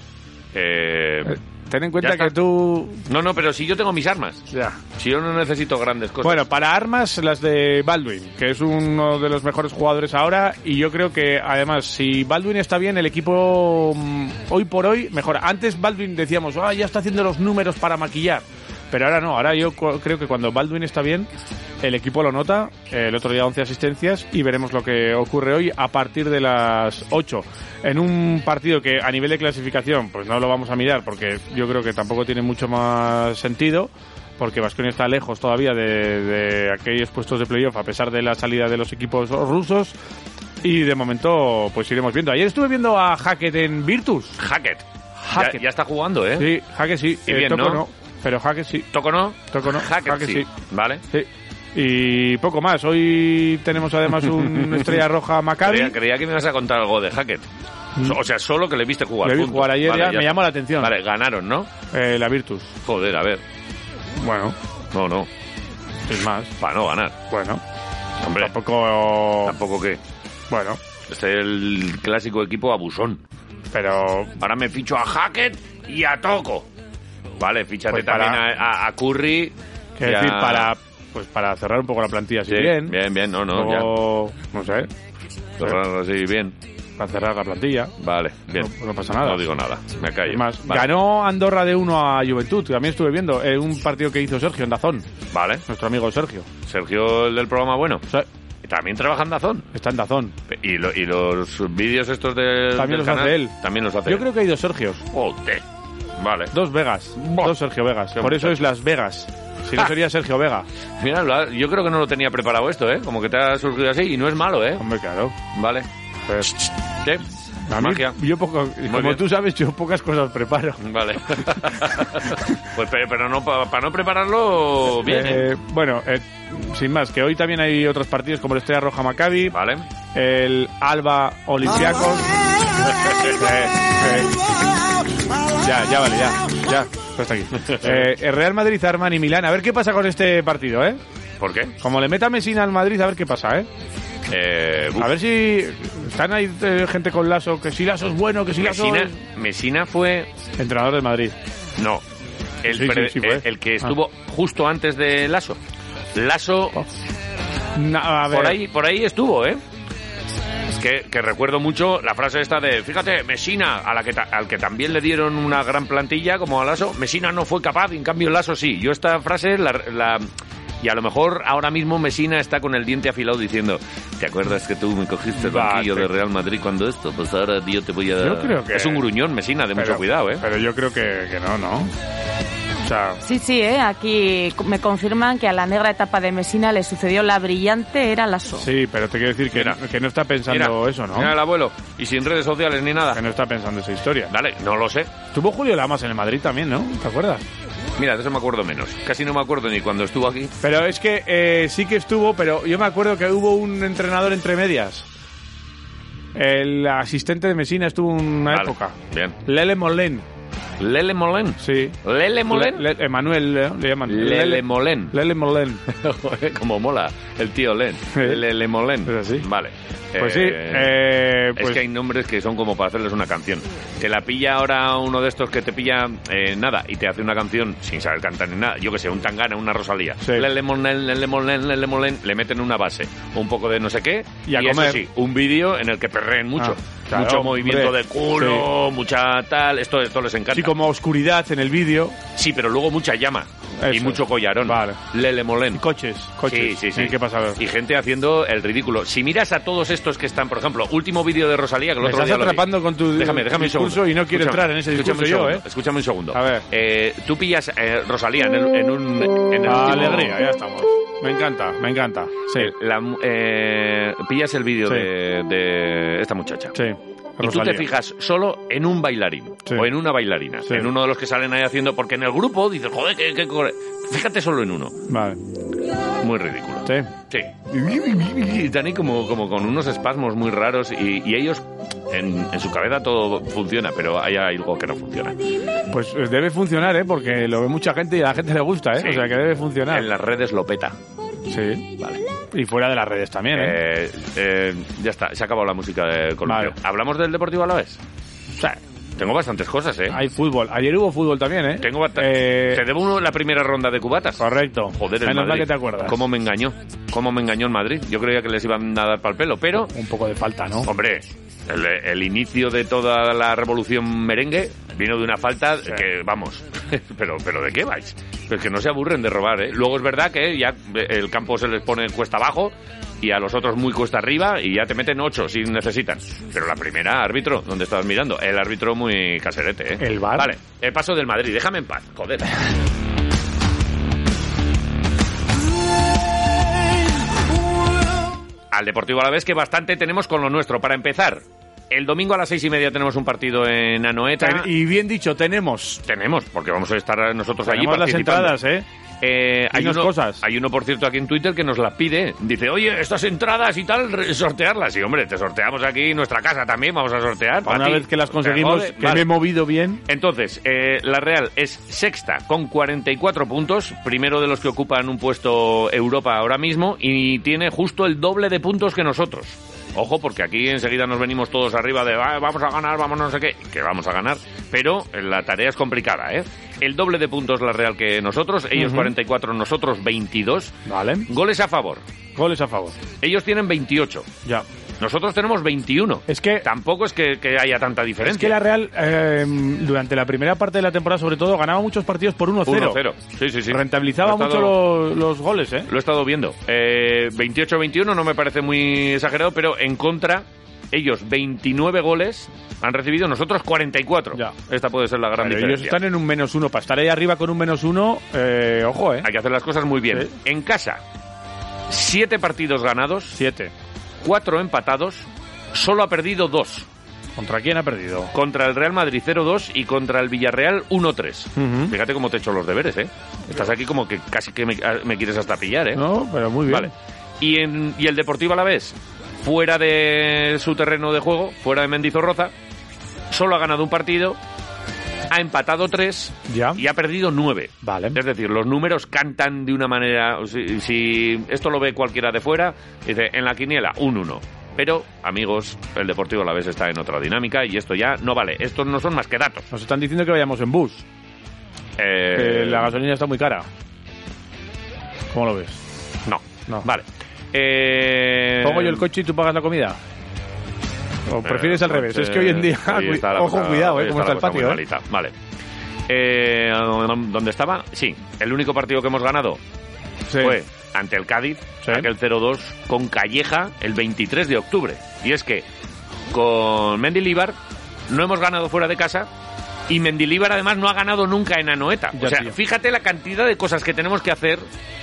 [SPEAKER 1] Eh,
[SPEAKER 2] Eh, Ten en cuenta
[SPEAKER 1] está.
[SPEAKER 2] que tú...
[SPEAKER 1] no, no, pero si yo tengo mis armas.
[SPEAKER 2] Ya.
[SPEAKER 1] Si yo no necesito grandes cosas.
[SPEAKER 2] Bueno, para armas las de Baldwin, que es uno de los mejores jugadores ahora y yo creo que además si Baldwin está bien el equipo mm, hoy por hoy mejora. Antes Baldwin decíamos, ah, ya está haciendo los números para maquillar, pero ahora no, ahora yo cu- creo que cuando Baldwin está bien el equipo lo nota, eh, el otro día 11 asistencias y veremos lo que ocurre hoy a partir de las 8 en un partido que a nivel de clasificación pues no lo vamos a mirar porque yo creo que tampoco tiene mucho más sentido porque Vasconia está lejos todavía de, de aquellos puestos de playoff a pesar de la salida de los equipos rusos y de momento pues iremos viendo. Ayer estuve viendo a Hackett en Virtus.
[SPEAKER 1] Hackett.
[SPEAKER 2] Hackett.
[SPEAKER 1] Ya, ya está jugando, ¿eh?
[SPEAKER 2] Sí, Hackett sí,
[SPEAKER 1] Y bien,
[SPEAKER 2] Toco
[SPEAKER 1] ¿no?
[SPEAKER 2] pero Hackett sí.
[SPEAKER 1] ¿Toco no?
[SPEAKER 2] Toco no,
[SPEAKER 1] Hackett,
[SPEAKER 2] Hackett
[SPEAKER 1] sí.
[SPEAKER 2] sí.
[SPEAKER 1] Vale.
[SPEAKER 2] sí. Y poco más. Hoy tenemos además un estrella roja Maccabi.
[SPEAKER 1] Creía, creía que me ibas a contar algo de Hackett. So- O sea, solo que le viste jugar.
[SPEAKER 2] Mm. Le vi
[SPEAKER 1] punto.
[SPEAKER 2] jugar ayer,
[SPEAKER 1] Vale,
[SPEAKER 2] ya me
[SPEAKER 1] está.
[SPEAKER 2] llamó la atención.
[SPEAKER 1] Vale, ganaron, ¿no?
[SPEAKER 2] Eh, la Virtus.
[SPEAKER 1] Joder, a ver.
[SPEAKER 2] Bueno,
[SPEAKER 1] No, no.
[SPEAKER 2] sin más.
[SPEAKER 1] Para no ganar.
[SPEAKER 2] Bueno,
[SPEAKER 1] Hombre, tampoco,
[SPEAKER 2] tampoco.
[SPEAKER 1] que.
[SPEAKER 2] Bueno,
[SPEAKER 1] Este es el clásico equipo abusón.
[SPEAKER 2] pero
[SPEAKER 1] Ahora me ficho a Hackett y a Toco. Vale, fíchate
[SPEAKER 2] Pues para-
[SPEAKER 1] también a, a- a Curry.
[SPEAKER 2] quiero
[SPEAKER 1] y a-
[SPEAKER 2] decir, para, pues para cerrar un poco la plantilla, si
[SPEAKER 1] Sí,
[SPEAKER 2] bien.
[SPEAKER 1] bien, bien, no, no, ya.
[SPEAKER 2] Luego, no sé,
[SPEAKER 1] Cerrarlo así, bien.
[SPEAKER 2] para cerrar la plantilla.
[SPEAKER 1] Vale, bien.
[SPEAKER 2] No- no pasa nada.
[SPEAKER 1] No digo nada. Me callo.
[SPEAKER 2] Es más,
[SPEAKER 1] vale.
[SPEAKER 2] ganó Andorra de 1 a Juventud. También estuve viendo eh, un partido que hizo Sergio en Dazón,
[SPEAKER 1] Vale.
[SPEAKER 2] nuestro amigo Sergio.
[SPEAKER 1] Sergio, el del programa bueno.
[SPEAKER 2] O sea,
[SPEAKER 1] También trabaja en Dazón.
[SPEAKER 2] Está en Dazón.
[SPEAKER 1] Y, lo- y los vídeos estos de, del
[SPEAKER 2] También los hace
[SPEAKER 1] canal,
[SPEAKER 2] él.
[SPEAKER 1] También los hace
[SPEAKER 2] Yo
[SPEAKER 1] él.
[SPEAKER 2] creo que hay dos Sergios.
[SPEAKER 1] Joder. Vale.
[SPEAKER 2] Dos Vegas.
[SPEAKER 1] Buah.
[SPEAKER 2] Dos Sergio Vegas.
[SPEAKER 1] Qué
[SPEAKER 2] Por eso
[SPEAKER 1] muchacho. Ah.
[SPEAKER 2] es Las Vegas. Si no sería Sergio Vega.
[SPEAKER 1] Mira, lo ha- yo creo que no lo tenía preparado esto, ¿eh? Como que te ha surgido así y no es malo, ¿eh?
[SPEAKER 2] Hombre, claro.
[SPEAKER 1] Vale.
[SPEAKER 2] Pues,
[SPEAKER 1] ¿Qué?
[SPEAKER 2] a mí,
[SPEAKER 1] Magia.
[SPEAKER 2] yo poco, como
[SPEAKER 1] bien.
[SPEAKER 2] tú sabes, yo pocas cosas preparo.
[SPEAKER 1] Vale. pues pero, pero no para no prepararlo bien. ¿eh?
[SPEAKER 2] Eh, bueno, eh, sin más, que hoy también hay otros partidos como el Estrella Roja Maccabi,
[SPEAKER 1] Vale.
[SPEAKER 2] el Alba Olympiacos. Eh, eh, Ya, ya vale, ya. Ya, hasta aquí. Eh, el Real Madrid, Arman y Milán. A ver qué pasa con este partido, ¿eh?
[SPEAKER 1] ¿Por qué?
[SPEAKER 2] Como le meta Messina al Madrid, a ver qué pasa, ¿eh?
[SPEAKER 1] Eh, uf,
[SPEAKER 2] A ver si están ahí eh, gente con Lazo, que si Lazo es bueno, que si Lazo
[SPEAKER 1] Mesina,
[SPEAKER 2] es...
[SPEAKER 1] Mesina fue
[SPEAKER 2] Entrenador del Madrid.
[SPEAKER 1] No. El,
[SPEAKER 2] Sí, sí,
[SPEAKER 1] pre-
[SPEAKER 2] sí fue.
[SPEAKER 1] el- el que
[SPEAKER 2] Ah.
[SPEAKER 1] estuvo justo antes de Lasso. Lasso,
[SPEAKER 2] Oh. Na- a ver,
[SPEAKER 1] por ahí, por ahí estuvo, ¿eh? Es que, que recuerdo mucho la frase esta de, fíjate, Mesina, a la que ta- al que también le dieron una gran plantilla como a Lasso, Mesina no fue capaz, y en cambio Lasso sí. Yo esta frase la... la- y a lo mejor ahora mismo Mesina está con el diente afilado diciendo, ¿te acuerdas que tú me cogiste el
[SPEAKER 2] Va,
[SPEAKER 1] banquillo
[SPEAKER 2] te-
[SPEAKER 1] de Real Madrid cuando esto? Pues ahora yo te voy a...
[SPEAKER 2] Yo creo que-
[SPEAKER 1] Es un gruñón Mesina, de mucho
[SPEAKER 2] pero-
[SPEAKER 1] cuidado, ¿eh?
[SPEAKER 2] Pero yo creo que, que no, ¿no? O sea,
[SPEAKER 3] Sí, sí, ¿eh? aquí co- me confirman que a la negra etapa de Mesina le sucedió la brillante era la so.
[SPEAKER 2] sí, pero te quiero decir que,
[SPEAKER 1] Mira.
[SPEAKER 2] que no está pensando
[SPEAKER 1] Mira,
[SPEAKER 2] eso, ¿no?
[SPEAKER 1] Mira el abuelo. Y sin redes sociales ni nada.
[SPEAKER 2] Que no está pensando esa historia.
[SPEAKER 1] Dale, no lo sé.
[SPEAKER 2] Tuvo Julio Lamas en el Madrid también, ¿no? ¿Te acuerdas?
[SPEAKER 1] Mira, de eso me acuerdo menos. Casi no me acuerdo ni cuando estuvo aquí.
[SPEAKER 2] Pero es que eh, sí que estuvo, pero yo me acuerdo que hubo un entrenador entre medias. El asistente de Mesina estuvo una
[SPEAKER 1] Vale,
[SPEAKER 2] época.
[SPEAKER 1] bien.
[SPEAKER 2] Lele Molén,
[SPEAKER 1] Lele Molén.
[SPEAKER 2] sí.
[SPEAKER 1] Lele Molén.
[SPEAKER 2] Le- Le- Emanuel eh, le llaman.
[SPEAKER 1] Lele Molén.
[SPEAKER 2] Lele Molén.
[SPEAKER 1] Joder, Como mola el tío Len. Lele Molén.
[SPEAKER 2] Es así.
[SPEAKER 1] Vale.
[SPEAKER 2] Pues sí.
[SPEAKER 1] Eh,
[SPEAKER 2] eh,
[SPEAKER 1] Es
[SPEAKER 2] pues-
[SPEAKER 1] que hay nombres que son como para hacerles una canción. Te la pilla ahora uno de estos que te pilla eh, nada y te hace una canción sin saber cantar ni nada. Yo que sé, un tangana, una rosalía.
[SPEAKER 2] Sí.
[SPEAKER 1] Lele Molén, Lele Molén, Lele Molén. Le meten una base, un poco de no sé qué.
[SPEAKER 2] Y a
[SPEAKER 1] eso
[SPEAKER 2] comer.
[SPEAKER 1] sí, un vídeo en el que perreen mucho.
[SPEAKER 2] Ah, claro,
[SPEAKER 1] mucho
[SPEAKER 2] hombre.
[SPEAKER 1] movimiento de culo, mucha tal. Esto, esto les encanta.
[SPEAKER 2] Sí, como oscuridad en el vídeo.
[SPEAKER 1] Sí, pero luego mucha llama
[SPEAKER 2] Eso
[SPEAKER 1] y
[SPEAKER 2] es.
[SPEAKER 1] mucho collarón.
[SPEAKER 2] Vale.
[SPEAKER 1] Lele Molén.
[SPEAKER 2] Coches, coches.
[SPEAKER 1] Sí, sí, sí.
[SPEAKER 2] ¿Qué pasa? Ah,
[SPEAKER 1] Y gente haciendo el ridículo. Si miras a todos estos que están, por ejemplo, último vídeo de Rosalía, que el
[SPEAKER 2] Me
[SPEAKER 1] otro
[SPEAKER 2] estás
[SPEAKER 1] día lo vi.
[SPEAKER 2] atrapando con tu
[SPEAKER 1] déjame, déjame un
[SPEAKER 2] discurso
[SPEAKER 1] segundo.
[SPEAKER 2] y no quiero
[SPEAKER 1] Escúchame,
[SPEAKER 2] entrar en ese
[SPEAKER 1] escúchame
[SPEAKER 2] discurso
[SPEAKER 1] un
[SPEAKER 2] yo, ¿eh?
[SPEAKER 1] segundo, Escúchame un segundo.
[SPEAKER 2] A ver.
[SPEAKER 1] Eh, tú pillas eh, Rosalía en, el- en un... En el último-
[SPEAKER 2] Alegría, ya estamos. Me encanta, me encanta. Sí,
[SPEAKER 1] Eh, la mu- eh, pillas el vídeo
[SPEAKER 2] Sí.
[SPEAKER 1] de, de esta muchacha.
[SPEAKER 2] sí.
[SPEAKER 1] Y tú
[SPEAKER 2] Rosalía.
[SPEAKER 1] te fijas solo en un bailarín
[SPEAKER 2] Sí.
[SPEAKER 1] o en una bailarina,
[SPEAKER 2] Sí.
[SPEAKER 1] en uno de los que salen ahí haciendo, porque en el grupo dices, joder, qué, qué core-". Fíjate solo en uno,
[SPEAKER 2] Vale.
[SPEAKER 1] muy ridículo.
[SPEAKER 2] Sí.
[SPEAKER 1] Sí. Y Dani como, como con unos espasmos muy raros y, y ellos, en, en su cabeza todo funciona, pero hay algo que no funciona.
[SPEAKER 2] Pues eh, debe funcionar, ¿eh? Porque lo ve mucha gente y a la gente le gusta, ¿eh?
[SPEAKER 1] Sí.
[SPEAKER 2] O sea, que debe funcionar.
[SPEAKER 1] En las redes lo peta.
[SPEAKER 2] Sí.
[SPEAKER 1] Vale.
[SPEAKER 2] Y fuera de las redes también, ¿eh?
[SPEAKER 1] Eh, eh, ya está, se ha acabado la música de Colombia.
[SPEAKER 2] Vale.
[SPEAKER 1] ¿Hablamos del Deportivo a la vez?
[SPEAKER 2] O sea,
[SPEAKER 1] Tengo bastantes cosas, ¿eh?
[SPEAKER 2] hay fútbol. Ayer hubo fútbol también, ¿eh?
[SPEAKER 1] Tengo bast-
[SPEAKER 2] Eh,
[SPEAKER 1] Te debo uno la primera ronda de cubatas.
[SPEAKER 2] Correcto.
[SPEAKER 1] Joder, el
[SPEAKER 2] Menos mal
[SPEAKER 1] Madrid.
[SPEAKER 2] que te acuerdas.
[SPEAKER 1] ¿Cómo me engañó? ¿Cómo me engañó el Madrid? Yo creía que les iban a dar pal pelo, pero
[SPEAKER 2] Un poco de falta, ¿no?
[SPEAKER 1] Hombre, el, el inicio de toda la revolución merengue vino de una falta que, vamos, pero, pero ¿de qué vais? Pero es que no se aburren de robar, ¿eh? Luego es verdad que ya el campo se les pone cuesta abajo y a los otros muy cuesta arriba y ya te meten ocho si necesitan. Pero la primera, árbitro, donde estabas mirando, el árbitro muy caserete, ¿eh?
[SPEAKER 2] El VAR.
[SPEAKER 1] Vale, el paso del Madrid, déjame en paz, joder. al Deportivo Alavés que bastante tenemos con lo nuestro. Para empezar, el domingo a las seis y media tenemos un partido en Anoeta.
[SPEAKER 2] Ten- Y bien dicho, tenemos.
[SPEAKER 1] Tenemos, porque vamos a estar nosotros Pues allí
[SPEAKER 2] tenemos las
[SPEAKER 1] participando.
[SPEAKER 2] entradas, ¿eh?
[SPEAKER 1] Eh, hay,
[SPEAKER 2] Dinos
[SPEAKER 1] uno,
[SPEAKER 2] cosas.
[SPEAKER 1] hay uno, por cierto, aquí en Twitter que nos las pide. Dice, oye, estas entradas y tal, re- sortearlas. Y, hombre, te sorteamos aquí en nuestra casa también, vamos a sortear.
[SPEAKER 2] Para una
[SPEAKER 1] Pati.
[SPEAKER 2] vez que las
[SPEAKER 1] Te
[SPEAKER 2] conseguimos,
[SPEAKER 1] jode,
[SPEAKER 2] que
[SPEAKER 1] vale.
[SPEAKER 2] me he movido bien.
[SPEAKER 1] Entonces, eh, la Real es sexta con 44 puntos, primero de los que ocupan un puesto Europa ahora mismo y tiene justo el doble de puntos que nosotros. Ojo, porque aquí enseguida nos venimos todos arriba de "Ah, vamos a ganar, vamos no sé qué, que vamos a ganar, pero la tarea es complicada, ¿eh? El doble de puntos la Real que nosotros, ellos 44, nosotros 22.
[SPEAKER 2] Vale.
[SPEAKER 1] Goles a favor,
[SPEAKER 2] Goles a favor.
[SPEAKER 1] ellos tienen 28.
[SPEAKER 2] Ya.
[SPEAKER 1] Nosotros tenemos 21.
[SPEAKER 2] Es que-
[SPEAKER 1] Tampoco es que, que haya tanta diferencia.
[SPEAKER 2] Es que la Real, eh, durante la primera parte de la temporada, sobre todo, ganaba muchos partidos por 1-0.
[SPEAKER 1] 1-0. Sí, sí, sí.
[SPEAKER 2] Rentabilizaba
[SPEAKER 1] Lo he
[SPEAKER 2] mucho
[SPEAKER 1] estado-
[SPEAKER 2] los, los goles, ¿eh?
[SPEAKER 1] Lo he estado viendo. Eh, 28-21 no me parece muy exagerado, pero en contra, ellos 29 goles han recibido, nosotros 44.
[SPEAKER 2] Ya.
[SPEAKER 1] Esta puede ser la gran
[SPEAKER 2] Pero ellos
[SPEAKER 1] diferencia.
[SPEAKER 2] están en un menos uno. Para estar ahí arriba con un menos uno, eh, ojo, ¿eh?
[SPEAKER 1] Hay que hacer las cosas muy bien.
[SPEAKER 2] Sí.
[SPEAKER 1] En casa, 7 partidos ganados,
[SPEAKER 2] Siete.
[SPEAKER 1] 4 empatados, solo ha perdido 2.
[SPEAKER 2] ¿Contra quién ha perdido?
[SPEAKER 1] Contra el Real Madrid 0-2 y contra el Villarreal 1-3. Fíjate cómo te he hecho los deberes, ¿eh? Estás aquí como que casi que me, me quieres hasta pillar, ¿eh?
[SPEAKER 2] No, pero muy bien.
[SPEAKER 1] Vale. Y, en- y el Deportivo a la vez, fuera de su terreno de juego, fuera de Mendizorroza, solo ha ganado un partido, ha empatado tres
[SPEAKER 2] Ya.
[SPEAKER 1] y ha perdido nueve.
[SPEAKER 2] Vale.
[SPEAKER 1] Es decir, los números cantan de una manera. Si, si esto lo ve cualquiera de fuera, dice en la quiniela un uno. Pero, amigos, el Deportivo a la vez está en otra dinámica y esto ya no vale. Estos no son más que datos.
[SPEAKER 2] Nos están diciendo que vayamos en bus.
[SPEAKER 1] Eh,
[SPEAKER 2] que la gasolina está muy cara. ¿Cómo lo ves?
[SPEAKER 1] No.
[SPEAKER 2] No.
[SPEAKER 1] Vale. Eh,
[SPEAKER 2] ¿Pongo yo el coche y tú pagas la comida? ¿O prefieres
[SPEAKER 1] Eh,
[SPEAKER 2] al revés?
[SPEAKER 1] entonces,
[SPEAKER 2] Es que hoy en día,
[SPEAKER 1] hoy está la
[SPEAKER 2] ojo,
[SPEAKER 1] cosa-
[SPEAKER 2] cuidado,
[SPEAKER 1] hoy
[SPEAKER 2] ¿eh? Cómo
[SPEAKER 1] la
[SPEAKER 2] está el
[SPEAKER 1] cosa
[SPEAKER 2] patio,
[SPEAKER 1] muy
[SPEAKER 2] ¿eh?
[SPEAKER 1] malita. Vale. Eh, ¿Dónde estaba? Sí, el único partido que hemos ganado
[SPEAKER 2] Sí.
[SPEAKER 1] fue ante el Cádiz,
[SPEAKER 2] Sí.
[SPEAKER 1] aquel 0-2 con Calleja el 23 de octubre. Y es que con Mendilibar no hemos ganado fuera de casa y Mendilibar además no ha ganado nunca en Anoeta.
[SPEAKER 2] Ya,
[SPEAKER 1] o sea,
[SPEAKER 2] tío.
[SPEAKER 1] fíjate la cantidad de cosas que tenemos que hacer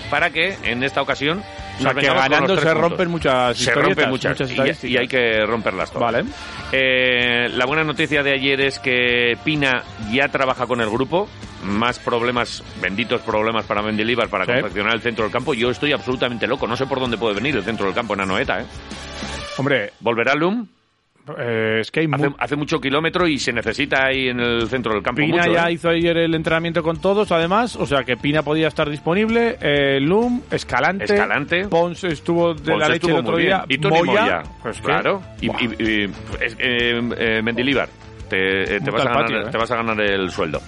[SPEAKER 1] para que en esta ocasión
[SPEAKER 2] O
[SPEAKER 1] nos
[SPEAKER 2] sea, que
[SPEAKER 1] vengamos con los
[SPEAKER 2] ganando
[SPEAKER 1] tres
[SPEAKER 2] se
[SPEAKER 1] puntos.
[SPEAKER 2] rompen muchas
[SPEAKER 1] Se rompen
[SPEAKER 2] historietas,
[SPEAKER 1] muchas, y-
[SPEAKER 2] estadísticas.
[SPEAKER 1] y, hay que romperlas todas.
[SPEAKER 2] Vale.
[SPEAKER 1] Eh, la buena noticia de ayer es que Pina ya trabaja con el grupo. Más problemas, benditos problemas para Mendilibar para
[SPEAKER 2] Sí.
[SPEAKER 1] confeccionar el centro del campo. Yo estoy absolutamente loco, no sé por dónde puede venir el centro del campo en Anoeta. ¿eh?
[SPEAKER 2] Hombre,
[SPEAKER 1] Volverá Lum,
[SPEAKER 2] eh, es que hay
[SPEAKER 1] hace,
[SPEAKER 2] mu-
[SPEAKER 1] hace mucho kilómetro y se necesita ahí en el centro del campo.
[SPEAKER 2] Pina
[SPEAKER 1] mucho,
[SPEAKER 2] ya
[SPEAKER 1] ¿eh?
[SPEAKER 2] hizo ayer el entrenamiento con todos, además, o sea que Pina podía estar disponible, eh, Lum, Escalante,
[SPEAKER 1] Escalante.
[SPEAKER 2] Pons estuvo de
[SPEAKER 1] Ponce
[SPEAKER 2] la leche el
[SPEAKER 1] estuvo
[SPEAKER 2] otro
[SPEAKER 1] muy bien.
[SPEAKER 2] día,
[SPEAKER 1] Y Tony Moya,
[SPEAKER 2] pues que-
[SPEAKER 1] claro. Y,
[SPEAKER 2] Buah.
[SPEAKER 1] y- y- es- eh, eh, Mendilibar, te, eh, te
[SPEAKER 2] Un
[SPEAKER 1] vas a
[SPEAKER 2] tal
[SPEAKER 1] ganar,
[SPEAKER 2] patio, ¿eh?
[SPEAKER 1] te vas a ganar el sueldo.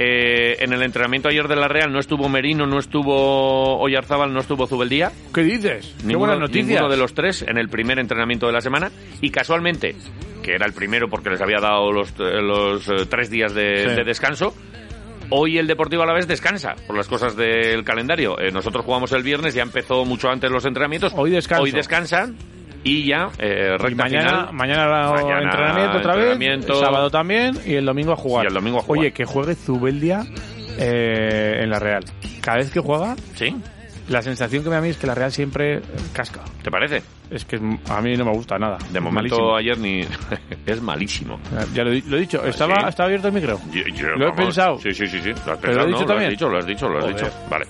[SPEAKER 1] Eh, en el entrenamiento ayer de la Real no estuvo Merino, no estuvo Oyarzábal, no estuvo Zubeldía.
[SPEAKER 2] ¿Qué dices? Qué
[SPEAKER 1] Ninguno,
[SPEAKER 2] buenas noticias.
[SPEAKER 1] ninguno de los tres en el primer entrenamiento de la semana. Y casualmente, que era el primero porque les había dado los, eh, los, eh, tres días de,
[SPEAKER 2] Sí.
[SPEAKER 1] de descanso, hoy el Deportivo a la vez descansa por las cosas del calendario. Eh, nosotros jugamos el viernes, ya empezó mucho antes los entrenamientos.
[SPEAKER 2] Hoy descanso.
[SPEAKER 1] Hoy descansan y ya eh,
[SPEAKER 2] Y
[SPEAKER 1] recta
[SPEAKER 2] mañana,
[SPEAKER 1] final.
[SPEAKER 2] mañana,
[SPEAKER 1] Mañana
[SPEAKER 2] entrenamiento otra vez,
[SPEAKER 1] entrenamiento.
[SPEAKER 2] sábado también y el domingo a jugar.
[SPEAKER 1] Y el domingo a jugar.
[SPEAKER 2] Oye, que juegue Zubeldia eh, en la Real. Cada vez que juega,
[SPEAKER 1] ¿Sí?
[SPEAKER 2] la sensación que me da a mí es que la Real siempre eh, casca.
[SPEAKER 1] ¿Te parece?
[SPEAKER 2] Es que es- a mí no me gusta nada.
[SPEAKER 1] De momento ayer ni... es malísimo.
[SPEAKER 2] Ya lo, he di- lo he dicho, estaba,
[SPEAKER 1] Ah, sí.
[SPEAKER 2] estaba abierto el micro.
[SPEAKER 1] Yo- yo,
[SPEAKER 2] Lo he pensado.
[SPEAKER 1] Sí, sí, sí, sí. Lo has
[SPEAKER 2] Pero
[SPEAKER 1] pensado,
[SPEAKER 2] lo he
[SPEAKER 1] ¿no?
[SPEAKER 2] dicho también.
[SPEAKER 1] has dicho, lo has dicho, lo has
[SPEAKER 2] Joder.
[SPEAKER 1] dicho. Vale.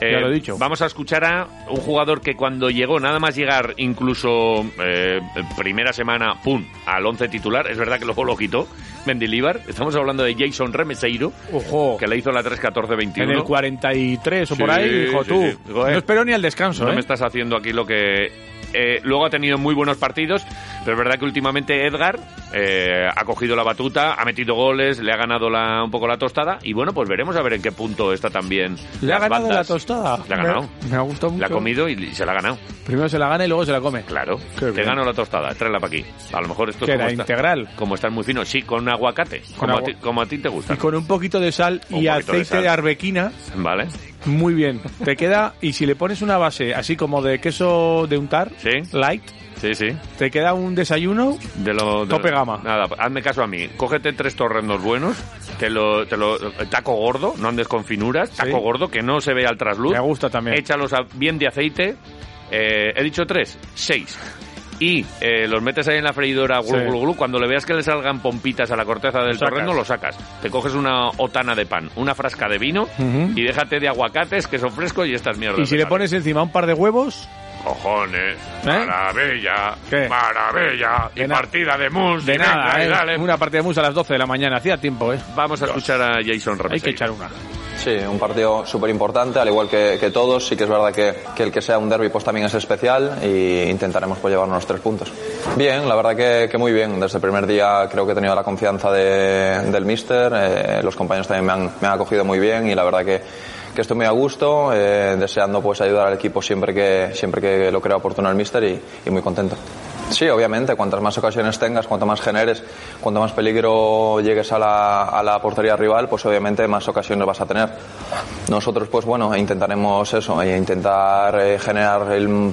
[SPEAKER 1] Eh,
[SPEAKER 2] Ya lo he dicho.
[SPEAKER 1] Vamos a escuchar a un jugador que cuando llegó, nada más llegar, incluso eh, primera semana, pum, al 11 titular. Es verdad que luego lo quitó Mendilibar. Estamos hablando de Jason Remeseiro,
[SPEAKER 2] Ojo,
[SPEAKER 1] que le hizo la 3-14-21.
[SPEAKER 2] Oh. en el 43 o por
[SPEAKER 1] Sí,
[SPEAKER 2] ahí, dijo
[SPEAKER 1] sí,
[SPEAKER 2] tú.
[SPEAKER 1] sí. Digo, eh,
[SPEAKER 2] No espero ni al descanso,
[SPEAKER 1] No
[SPEAKER 2] ¿eh?
[SPEAKER 1] me estás haciendo aquí lo que... eh, luego ha tenido muy buenos partidos, pero es verdad que últimamente Edgar eh, ha cogido la batuta, ha metido goles, le ha ganado la- un poco la tostada y bueno, pues veremos a ver en qué punto está también.
[SPEAKER 2] Le ha
[SPEAKER 1] las
[SPEAKER 2] ganado
[SPEAKER 1] bandas.
[SPEAKER 2] la tostada.
[SPEAKER 1] Le ha ganado.
[SPEAKER 2] Me, me ha gustado mucho.
[SPEAKER 1] La ha comido y se la ha ganado,
[SPEAKER 2] Primero se la gana y luego se la come.
[SPEAKER 1] claro.
[SPEAKER 2] Qué
[SPEAKER 1] Te
[SPEAKER 2] bien.
[SPEAKER 1] gano la tostada, tráela para aquí. A lo mejor esto es
[SPEAKER 2] Que
[SPEAKER 1] como,
[SPEAKER 2] era
[SPEAKER 1] está-
[SPEAKER 2] integral.
[SPEAKER 1] como están muy finos. Sí, con aguacate,
[SPEAKER 2] Con
[SPEAKER 1] como,
[SPEAKER 2] agua-
[SPEAKER 1] a ti, como a ti te gusta.
[SPEAKER 2] Y con un poquito de sal
[SPEAKER 1] Un
[SPEAKER 2] y
[SPEAKER 1] poquito de
[SPEAKER 2] aceite de,
[SPEAKER 1] sal.
[SPEAKER 2] arbequina,
[SPEAKER 1] ¿Vale?
[SPEAKER 2] muy bien. Te queda, y si le pones una base así como de queso de untar,
[SPEAKER 1] Sí.
[SPEAKER 2] light,
[SPEAKER 1] Sí, sí.
[SPEAKER 2] te queda un desayuno.
[SPEAKER 1] De lo, de
[SPEAKER 2] Tope
[SPEAKER 1] lo-
[SPEAKER 2] gama.
[SPEAKER 1] Nada, hazme caso a mí. Cógete tres torrendos buenos, te lo, te lo- taco gordo, no andes con finuras, taco
[SPEAKER 2] Sí.
[SPEAKER 1] gordo que no se vea al trasluz.
[SPEAKER 2] Me gusta también.
[SPEAKER 1] Échalos a- bien de aceite. Eh, he dicho tres, seis. Y eh, los metes ahí en la freidora, glu,
[SPEAKER 2] Sí.
[SPEAKER 1] glu, glu. Cuando le veas que le salgan pompitas a la corteza del
[SPEAKER 2] sacas.
[SPEAKER 1] torrendo, lo sacas. Te coges una otana de pan, una frasca de vino
[SPEAKER 2] Ujú.
[SPEAKER 1] y déjate de aguacates, queso fresco y estas mierdas.
[SPEAKER 2] Y si
[SPEAKER 1] de
[SPEAKER 2] le
[SPEAKER 1] pan.
[SPEAKER 2] pones encima un par de huevos,
[SPEAKER 1] Cojones, maravilla,
[SPEAKER 2] ¿Eh? ¿Qué?
[SPEAKER 1] maravilla
[SPEAKER 2] De
[SPEAKER 1] y
[SPEAKER 2] nada.
[SPEAKER 1] partida de mus.
[SPEAKER 2] de
[SPEAKER 1] y venga,
[SPEAKER 2] nada,
[SPEAKER 1] y
[SPEAKER 2] ¿eh?
[SPEAKER 1] dale.
[SPEAKER 2] Una parte de mus a las 12 de la mañana, hacía tiempo, ¿eh?
[SPEAKER 1] Vamos a escuchar a Jason Ramsey.
[SPEAKER 2] Hay que echar una.
[SPEAKER 5] Sí, un partido súper importante, al igual que, que todos. Sí que es verdad que, que el que sea un derby pues también es especial y intentaremos pues llevarnos los tres puntos. Bien, la verdad que, que muy bien. Desde el primer día creo que he tenido la confianza de- del míster. eh, los compañeros también me han, me han acogido muy bien y la verdad que, que estoy muy a gusto, eh, deseando pues ayudar al equipo siempre que, siempre que lo crea oportuno el míster y- y muy contento. Sí, obviamente, cuantas más ocasiones tengas, cuanto más generes, cuanto más peligro llegues a la, a la portería rival, pues obviamente más ocasiones vas a tener. Nosotros, pues bueno, intentaremos eso, e intentar eh, generar el m-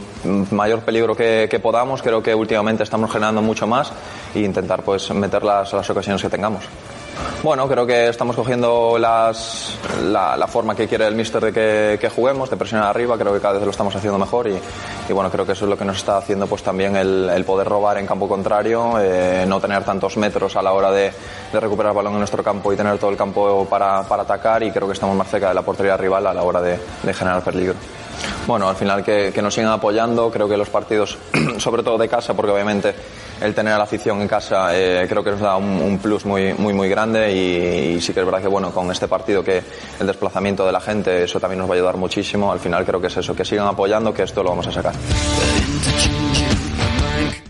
[SPEAKER 5] mayor peligro que, que podamos. Creo que últimamente estamos generando mucho más e intentar pues meter las, las ocasiones que tengamos. Bueno, creo que estamos cogiendo las, la, la forma que quiere el míster de que, que juguemos, de presionar arriba, creo que cada vez lo estamos haciendo mejor y, y bueno, creo que eso es lo que nos está haciendo pues también el, el poder robar en campo contrario, eh, no tener tantos metros a la hora de, de recuperar el balón en nuestro campo y tener todo el campo para, para atacar y creo que estamos más cerca de la portería rival a la hora de, de generar peligro. Bueno, al final que, que nos sigan apoyando, creo que los partidos, sobre todo de casa, porque obviamente el tener a la afición en casa eh, creo que nos da un, un plus muy muy muy grande y, y sí que es verdad que bueno con este partido que el desplazamiento de la gente eso también nos va a ayudar muchísimo al final creo que es eso que sigan apoyando que esto lo vamos a sacar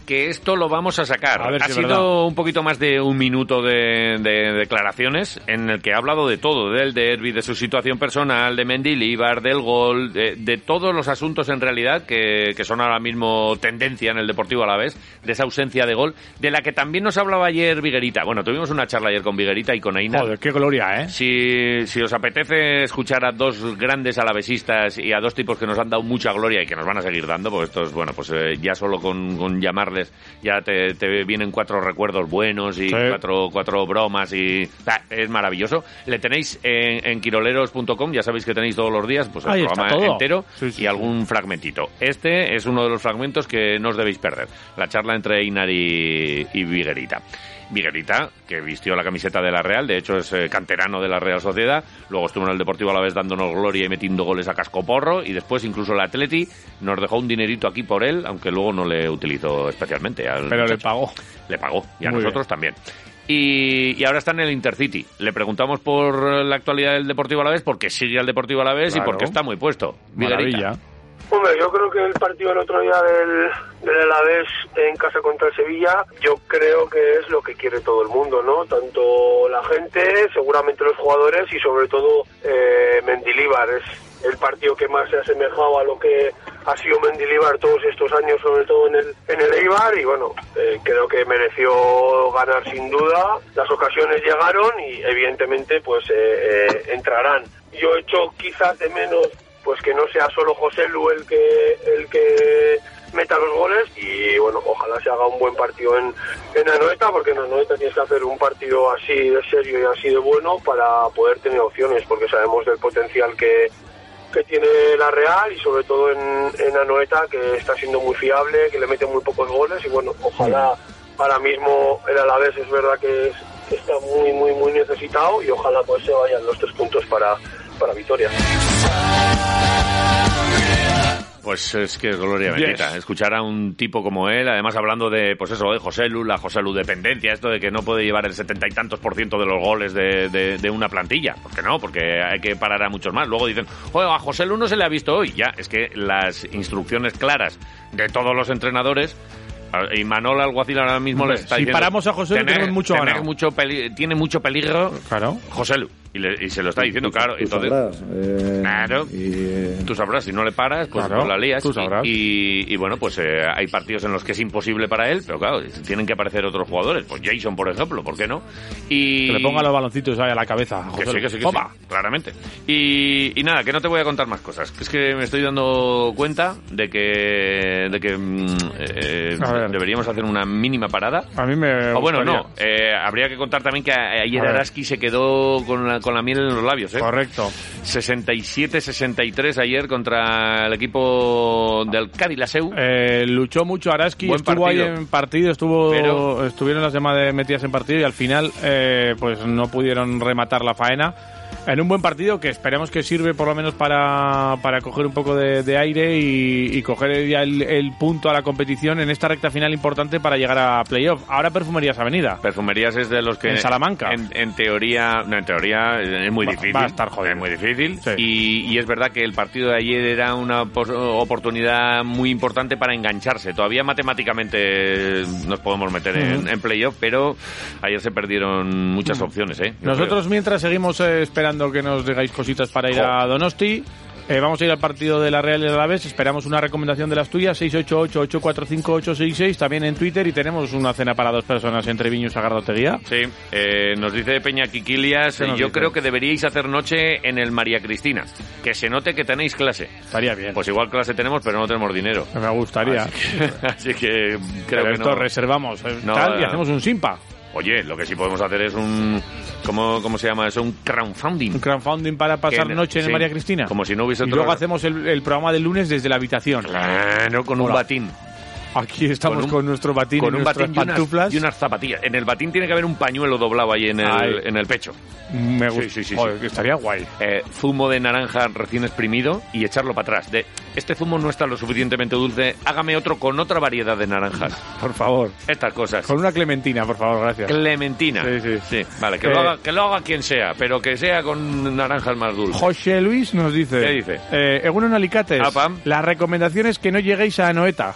[SPEAKER 1] que esto lo vamos a sacar.
[SPEAKER 2] A ver
[SPEAKER 1] ha
[SPEAKER 2] si es
[SPEAKER 1] sido
[SPEAKER 2] verdad.
[SPEAKER 1] un poquito más de un minuto de, de declaraciones en el que ha hablado de todo, del derby, de su situación personal, de Mendilibar, del gol, de, de todos los asuntos en realidad que, que son ahora mismo tendencia en el deportivo a la vez, de esa ausencia de gol, de la que también nos hablaba ayer Viguerita. Bueno, tuvimos una charla ayer con Viguerita y con Aina.
[SPEAKER 2] Joder, qué gloria, ¿eh?
[SPEAKER 1] Si, si os apetece escuchar a dos grandes alavesistas y a dos tipos que nos han dado mucha gloria y que nos van a seguir dando, pues estos, bueno, pues eh, ya solo con, con llamarles ya te, te vienen cuatro recuerdos buenos y
[SPEAKER 2] Sí.
[SPEAKER 1] cuatro, cuatro bromas y ah, es maravilloso. Le tenéis en, en quiroleros.com, ya sabéis que tenéis todos los días pues el
[SPEAKER 2] Ahí está
[SPEAKER 1] programa
[SPEAKER 2] todo.
[SPEAKER 1] entero
[SPEAKER 2] Sí, sí,
[SPEAKER 1] y algún fragmentito. Este es uno de los fragmentos que no os debéis perder, la charla entre Einar y, y Viguerita. Viguerita, que vistió la camiseta de la Real, de hecho es eh, canterano de la Real Sociedad, luego estuvo en el Deportivo a la vez dándonos gloria y metiendo goles a cascoporro, y después incluso el Atleti nos dejó un dinerito aquí por él, aunque luego no le utilizó especialmente. al
[SPEAKER 2] Pero le
[SPEAKER 1] muchacho.
[SPEAKER 2] pagó.
[SPEAKER 1] Le pagó, y a
[SPEAKER 2] Muy
[SPEAKER 1] nosotros también. Y, y ahora está en el Intercity. Le preguntamos por la actualidad del Deportivo Alavés, porque sigue al Deportivo Alavés
[SPEAKER 2] Claro.
[SPEAKER 1] y porque está muy puesto.
[SPEAKER 2] Maravilla.
[SPEAKER 1] Viguerita.
[SPEAKER 6] Hombre, yo creo que el partido del otro día del, del Alavés en casa contra el Sevilla, yo creo que es lo que quiere todo el mundo, ¿no? Tanto la gente, seguramente los jugadores y sobre todo eh, Mendilibar. Es el partido que más se ha asemejado a lo que ha sido Mendilibar todos estos años, sobre todo en el, en el Eibar. Y bueno, eh, creo que mereció ganar sin duda. Las ocasiones llegaron y evidentemente pues eh, eh, entrarán. Yo echo quizás de menos pues que no sea solo José Lu el que el que meta los goles y bueno ojalá se haga un buen partido en en Anoeta porque en Anoeta tienes que hacer un partido así de serio y así de bueno para poder tener opciones porque sabemos del potencial que que tiene la Real y sobre todo en, en Anoeta que está siendo muy fiable que le mete muy pocos goles y bueno ojalá ahora mismo el Alavés es verdad que es- que está muy muy muy necesitado y ojalá pues se vayan los tres puntos para para Vitoria
[SPEAKER 1] Pues es que es gloria
[SPEAKER 2] Yes.
[SPEAKER 1] bendita. Escuchar a un tipo como él, además hablando de, pues eso, de José Lu, la José Lu dependencia, esto de que no puede llevar el setenta y tantos por ciento de los goles de, de- de una plantilla. ¿Por qué no? Porque hay que parar a muchos más. Luego dicen, oye, a José Lu no se le ha visto hoy. Ya, es que las instrucciones claras de todos los entrenadores, a- y Manol Alguacil ahora mismo
[SPEAKER 2] Hombre,
[SPEAKER 1] le está
[SPEAKER 2] si
[SPEAKER 1] diciendo,
[SPEAKER 2] paramos a José Lu,
[SPEAKER 1] "Tener-
[SPEAKER 2] tenemos mucho
[SPEAKER 1] tener
[SPEAKER 2] ganado".
[SPEAKER 1] mucho peli- Tiene mucho peligro
[SPEAKER 2] Claro.
[SPEAKER 1] José Lu. Y, le- y se lo está diciendo,
[SPEAKER 7] Tú
[SPEAKER 1] claro.
[SPEAKER 7] sa- tú
[SPEAKER 1] Entonces,
[SPEAKER 7] sabrás, eh,
[SPEAKER 1] Claro.
[SPEAKER 7] y, eh,
[SPEAKER 1] Tú sabrás, si no le paras, pues
[SPEAKER 2] Claro,
[SPEAKER 1] no la lías.
[SPEAKER 2] tú sabrás.
[SPEAKER 1] Y, y- y bueno, pues eh, hay partidos en los que es imposible para él, pero claro, tienen que aparecer otros jugadores. Pues Jason, por ejemplo, ¿por qué no? Y...
[SPEAKER 2] Que le ponga los baloncitos ahí a la cabeza. a
[SPEAKER 1] Que
[SPEAKER 2] José
[SPEAKER 1] sí,
[SPEAKER 2] Lu.
[SPEAKER 1] que sí, que
[SPEAKER 2] Toma.
[SPEAKER 1] sí, claramente. Y, y nada, que no te voy a contar más cosas. Que Es que me estoy dando cuenta de que, de que mm, eh,
[SPEAKER 2] A ver.
[SPEAKER 1] deberíamos hacer una mínima parada.
[SPEAKER 2] A mí me.
[SPEAKER 1] O Ah, bueno,
[SPEAKER 2] gustaría.
[SPEAKER 1] no. eh, habría que contar también que a- ayer
[SPEAKER 2] A ver.
[SPEAKER 1] Araski se quedó con la, con la miel en los labios, ¿eh?
[SPEAKER 2] Correcto.
[SPEAKER 1] 67-63 ayer contra el equipo del Cádiz, la SEU.
[SPEAKER 2] Eh, luchó mucho Araski,
[SPEAKER 1] Buen
[SPEAKER 2] estuvo ahí
[SPEAKER 1] partido.
[SPEAKER 2] en partido, estuvo,
[SPEAKER 1] Pero-
[SPEAKER 2] estuvieron las demás de- metidas en partido y al final eh, pues no pudieron rematar la faena. En un buen partido que esperemos que sirve por lo menos para, para coger un poco de, de aire y, y coger ya el, el punto a la competición en esta recta final importante para llegar a playoff. Ahora Perfumerías Avenida.
[SPEAKER 1] Perfumerías es de los que...
[SPEAKER 2] En Salamanca.
[SPEAKER 1] En, en teoría, no, en teoría eh, es muy
[SPEAKER 2] Va-
[SPEAKER 1] difícil.
[SPEAKER 2] va a estar jodido.
[SPEAKER 1] Es muy difícil.
[SPEAKER 2] Sí.
[SPEAKER 1] Y, y es verdad que el partido de ayer era una pos- oportunidad muy importante para engancharse. Todavía matemáticamente nos podemos meter en, en playoff, pero ayer se perdieron muchas opciones, ¿eh? Yo
[SPEAKER 2] Nosotros mientras seguimos eh, esperando que nos digáis cositas para ir
[SPEAKER 1] Jo.
[SPEAKER 2] a Donosti. Eh, vamos a ir al partido de la Real y de la Alavés. Esperamos una recomendación de las tuyas, 688-845-866, también en Twitter. Y tenemos una cena para dos personas entre Viño y Sagardotería.
[SPEAKER 1] Sí, eh, nos dice Peña Quiquilias,
[SPEAKER 2] ¿Qué nos
[SPEAKER 1] yo
[SPEAKER 2] dice?
[SPEAKER 1] creo que deberíais hacer noche en el María Cristina, que se note que tenéis clase.
[SPEAKER 2] Estaría bien.
[SPEAKER 1] Pues igual clase tenemos, pero no tenemos dinero.
[SPEAKER 2] me gustaría.
[SPEAKER 1] Así que creo
[SPEAKER 2] Pero
[SPEAKER 1] que
[SPEAKER 2] esto
[SPEAKER 1] no.
[SPEAKER 2] reservamos eh,
[SPEAKER 1] No,
[SPEAKER 2] tal, y
[SPEAKER 1] eh,
[SPEAKER 2] hacemos un simpa.
[SPEAKER 1] Oye, lo que sí podemos hacer es un... ¿Cómo, cómo se llama eso? Un crowdfunding.
[SPEAKER 2] Un crowdfunding para pasar
[SPEAKER 1] Que-
[SPEAKER 2] noche en
[SPEAKER 1] sí,
[SPEAKER 2] el María Cristina.
[SPEAKER 1] como si no hubiese
[SPEAKER 2] Y
[SPEAKER 1] otro-
[SPEAKER 2] luego hacemos el, el programa del lunes desde la habitación.
[SPEAKER 1] Claro, con un
[SPEAKER 2] Hola.
[SPEAKER 1] batín.
[SPEAKER 2] Aquí estamos
[SPEAKER 1] Con
[SPEAKER 2] con,
[SPEAKER 1] un-
[SPEAKER 2] nuestro batín
[SPEAKER 1] con
[SPEAKER 2] y
[SPEAKER 1] un
[SPEAKER 2] nuestras
[SPEAKER 1] batín y
[SPEAKER 2] pantuflas.
[SPEAKER 1] unas, y unas zapatillas. En el batín tiene que haber un pañuelo doblado ahí en
[SPEAKER 2] Ay.
[SPEAKER 1] el, en el pecho.
[SPEAKER 2] Me
[SPEAKER 1] Sí,
[SPEAKER 2] gusta.
[SPEAKER 1] sí, sí,
[SPEAKER 2] Joder,
[SPEAKER 1] sí.
[SPEAKER 2] que estaría guay.
[SPEAKER 1] Eh, zumo de naranja recién exprimido y echarlo para atrás. De, este zumo no está lo suficientemente dulce, hágame otro con otra variedad de naranjas.
[SPEAKER 2] Por favor.
[SPEAKER 1] Estas cosas.
[SPEAKER 2] Con una clementina, por favor, gracias.
[SPEAKER 1] Clementina.
[SPEAKER 2] Sí, sí.
[SPEAKER 1] vale, que,
[SPEAKER 2] Eh,
[SPEAKER 1] lo haga, que lo haga quien sea, pero que sea con naranjas más dulces.
[SPEAKER 2] José Luis nos dice...
[SPEAKER 1] ¿Qué dice?
[SPEAKER 2] Eh, Egunon Alicates,
[SPEAKER 1] Ah, pam.
[SPEAKER 2] la recomendación es que no lleguéis a Anoeta.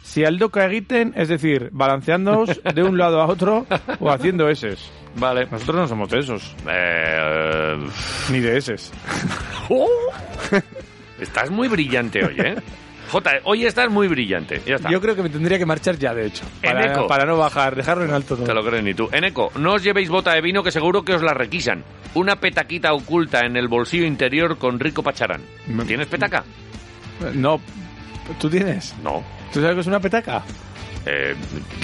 [SPEAKER 2] Si al doca egiten, es decir, balanceándoos de un lado a otro o haciendo eses.
[SPEAKER 1] Vale.
[SPEAKER 2] Nosotros no somos de esos,
[SPEAKER 1] Eh, ¡Oh!
[SPEAKER 2] ni de eses.
[SPEAKER 1] estás muy brillante hoy, ¿eh? Jota, hoy estás muy brillante. Ya está.
[SPEAKER 2] Yo creo que me tendría que marchar ya, de hecho.
[SPEAKER 1] En eco.
[SPEAKER 2] Para, para no bajar, dejarlo en alto todo.
[SPEAKER 1] Te lo crees ni tú. Eneco, no os llevéis bota de vino que seguro que os la requisan. Una petaquita oculta en el bolsillo interior con rico pacharán.
[SPEAKER 2] Me-
[SPEAKER 1] ¿Tienes petaca?
[SPEAKER 2] No, ¿tú tienes?
[SPEAKER 1] No.
[SPEAKER 2] ¿Tú sabes que es una petaca?
[SPEAKER 1] Eh,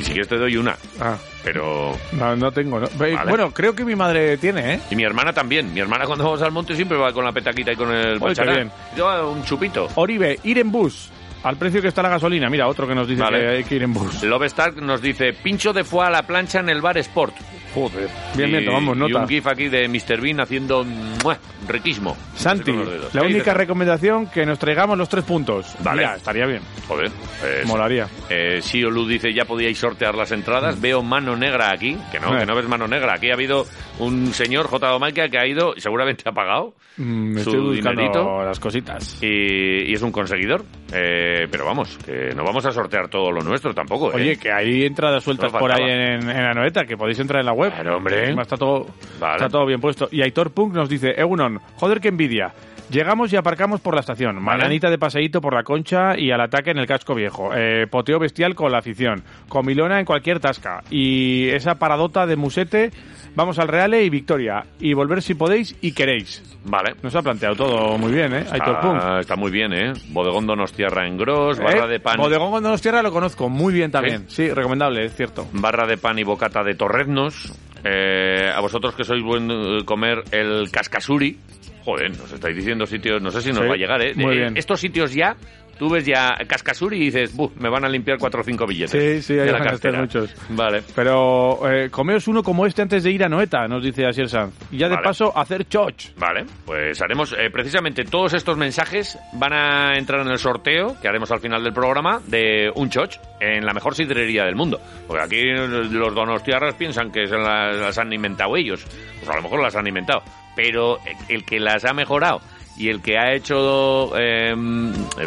[SPEAKER 1] si quieres te doy una,
[SPEAKER 2] Ah,
[SPEAKER 1] pero...
[SPEAKER 2] no, no tengo. no. Ve-
[SPEAKER 1] Vale.
[SPEAKER 2] Bueno, creo que mi madre tiene, ¿eh?
[SPEAKER 1] Y mi hermana también. Mi hermana cuando vamos al monte siempre va con la petaquita y con el
[SPEAKER 2] Oy, qué
[SPEAKER 1] pacharán.
[SPEAKER 2] bien.
[SPEAKER 1] Lleva un chupito.
[SPEAKER 2] Oribe, ir en bus. Al precio que está la gasolina. Mira, otro que nos dice
[SPEAKER 1] Vale.
[SPEAKER 2] que hay que ir en bus.
[SPEAKER 1] Love Stark nos dice, pincho de foie a la plancha en el bar Sport.
[SPEAKER 2] Joder. Bien, bien,
[SPEAKER 1] Y-
[SPEAKER 2] tomamos
[SPEAKER 1] Y
[SPEAKER 2] nota.
[SPEAKER 1] un gif aquí de Mr. Bean haciendo ¡mua! riquismo.
[SPEAKER 2] Santi,
[SPEAKER 1] Con los dedos.
[SPEAKER 2] la
[SPEAKER 1] ¿Qué
[SPEAKER 2] única
[SPEAKER 1] dices?
[SPEAKER 2] recomendación que nos traigamos los tres puntos.
[SPEAKER 1] Vale.
[SPEAKER 2] Mira, estaría bien.
[SPEAKER 1] Joder, pues,
[SPEAKER 2] Molaría.
[SPEAKER 1] Eh, Sio Lu dice, ya podíais sortear las entradas. Veo mano negra aquí. Que no,
[SPEAKER 2] Eh.
[SPEAKER 1] que no ves mano negra. Aquí ha habido un señor, J. Omaica, que ha ido, seguramente ha pagado.
[SPEAKER 2] Mm, me
[SPEAKER 1] Su
[SPEAKER 2] estoy buscando
[SPEAKER 1] dinerito.
[SPEAKER 2] las cositas.
[SPEAKER 1] Y, y es un conseguidor. Eh, pero vamos, que no vamos a sortear todo lo nuestro tampoco. ¿eh?
[SPEAKER 2] Oye, que hay entradas sueltas
[SPEAKER 1] No
[SPEAKER 2] por ahí
[SPEAKER 1] faltaba.
[SPEAKER 2] en, en la noeta, que podéis entrar en la web.
[SPEAKER 1] Claro, hombre.
[SPEAKER 2] Encima Está todo,
[SPEAKER 1] Vale.
[SPEAKER 2] está todo bien puesto. Y Aitor Punk nos dice, Eunon, joder que envidia. Llegamos y aparcamos por la estación. Mañanita de paseíto por la concha y al ataque en el casco viejo. Eh, poteo bestial con la afición. Comilona en cualquier tasca. Y esa paradota de musete, vamos al Reale y victoria. Y volver si podéis y queréis.
[SPEAKER 1] Vale.
[SPEAKER 2] Nos ha planteado todo muy bien, ¿eh? Aitor Punk.
[SPEAKER 1] Está, está muy bien, ¿eh? Bodegón Donostiarra en Gros, barra
[SPEAKER 2] Eh,
[SPEAKER 1] de pan...
[SPEAKER 2] Bodegón cuando nos tierra lo conozco muy bien también. Sí, recomendable, es cierto.
[SPEAKER 1] barra de pan y bocata de torreznos. Eh, a vosotros que sois buen eh, comer el cascasuri. Joder, nos estáis diciendo sitios, no sé si nos
[SPEAKER 2] Sí,
[SPEAKER 1] va a llegar, ¿eh?
[SPEAKER 2] muy
[SPEAKER 1] Eh,
[SPEAKER 2] bien.
[SPEAKER 1] Estos sitios ya, tú ves ya cascasuri y dices, "Buf, me van a limpiar cuatro o cinco billetes.
[SPEAKER 2] Sí, sí, ahí
[SPEAKER 1] de la
[SPEAKER 2] van a estar
[SPEAKER 1] cartera".
[SPEAKER 2] muchos.
[SPEAKER 1] Vale.
[SPEAKER 2] Pero eh, comeos uno como este antes de ir a Noeta, nos dice Asier Sanz. Y ya de
[SPEAKER 1] Vale.
[SPEAKER 2] paso, hacer choch.
[SPEAKER 1] Vale, pues haremos eh, precisamente todos estos mensajes van a entrar en el sorteo que haremos al final del programa de un choch en la mejor sidrería del mundo. Porque aquí los donostiarras piensan que se la- las, han inventado ellos. Pues a lo mejor las han inventado. Pero el que las ha mejorado y el que ha hecho eh,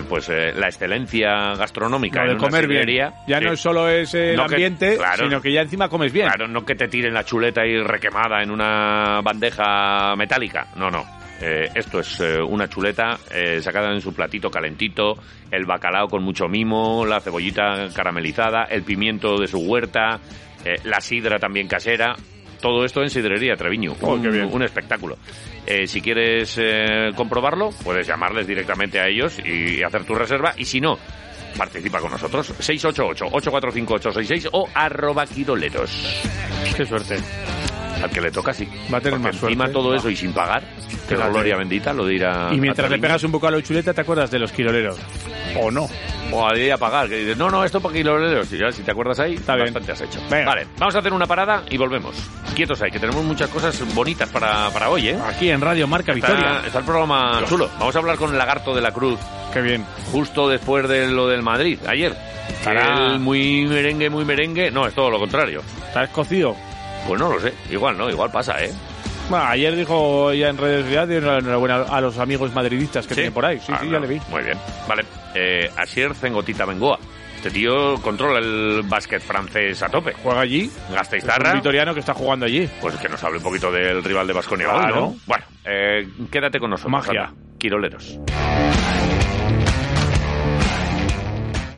[SPEAKER 1] pues eh, la excelencia gastronómica
[SPEAKER 2] Lo
[SPEAKER 1] en
[SPEAKER 2] de
[SPEAKER 1] una
[SPEAKER 2] comer bien.
[SPEAKER 1] sidrería,
[SPEAKER 2] Ya
[SPEAKER 1] sí.
[SPEAKER 2] no solo es el
[SPEAKER 1] No que-
[SPEAKER 2] ambiente,
[SPEAKER 1] claro.
[SPEAKER 2] sino que ya encima comes bien.
[SPEAKER 1] Claro, no que te tiren la chuleta ahí requemada en una bandeja metálica. No, no. Eh, esto es eh, una chuleta eh, sacada en su platito calentito, el bacalao con mucho mimo, la cebollita caramelizada, el pimiento de su huerta, eh, la sidra también casera. Todo esto en Sidrería Treviño. un,
[SPEAKER 2] Oh, qué bien.
[SPEAKER 1] un espectáculo. Eh, si quieres eh, comprobarlo, puedes llamarles directamente a ellos y hacer tu reserva. Y si no, participa con nosotros. 688-845-866 o arroba quiroleros.
[SPEAKER 2] Qué suerte.
[SPEAKER 1] Al que le toca, sí.
[SPEAKER 2] Va a tener
[SPEAKER 1] Porque
[SPEAKER 2] más
[SPEAKER 1] encima
[SPEAKER 2] suerte.
[SPEAKER 1] todo eso y sin pagar, que
[SPEAKER 2] Fíjate.
[SPEAKER 1] gloria bendita, lo dirá.
[SPEAKER 2] Y mientras le pegas un bocado de chuleta, te acuerdas de los quiroleros. O no.
[SPEAKER 1] O al ir a pagar, que dices, no, no, esto para quiroleros. Y ya, si te acuerdas ahí,
[SPEAKER 2] Está bien.
[SPEAKER 1] bastante has hecho.
[SPEAKER 2] Venga.
[SPEAKER 1] Vale, vamos a hacer una parada y volvemos. Quietos ahí, que tenemos muchas cosas bonitas para, para hoy, ¿eh?
[SPEAKER 2] Aquí en Radio Marca
[SPEAKER 1] Está,
[SPEAKER 2] Ah, Victoria.
[SPEAKER 1] está el programa chulo. Vamos a hablar con el lagarto de la cruz
[SPEAKER 2] Qué bien.
[SPEAKER 1] justo después de lo del Madrid, ayer.
[SPEAKER 2] Estará-
[SPEAKER 1] Él muy merengue, muy merengue. No, es todo lo contrario.
[SPEAKER 2] ¿Estás cocido?
[SPEAKER 1] Pues no lo sé. Igual no, igual pasa, ¿eh?
[SPEAKER 2] Bueno, ayer dijo ya en redes sociales, dio la enhorabuena a los amigos madridistas que
[SPEAKER 1] ¿Sí?
[SPEAKER 2] tienen por ahí. Sí,
[SPEAKER 1] Ah,
[SPEAKER 2] sí,
[SPEAKER 1] no.
[SPEAKER 2] ya le vi.
[SPEAKER 1] Muy bien. Vale. Eh, Asier Zengotita Bengoa. Este tío controla el básquet francés a tope.
[SPEAKER 2] Juega allí.
[SPEAKER 1] Gasteiztarra.
[SPEAKER 2] Un vitoriano que está jugando allí.
[SPEAKER 1] Pues que nos hable un poquito del rival de Vasconia
[SPEAKER 2] Claro.
[SPEAKER 1] ¿no? Bueno, eh, quédate con nosotros.
[SPEAKER 2] Magia.
[SPEAKER 1] anda. Quiroleros.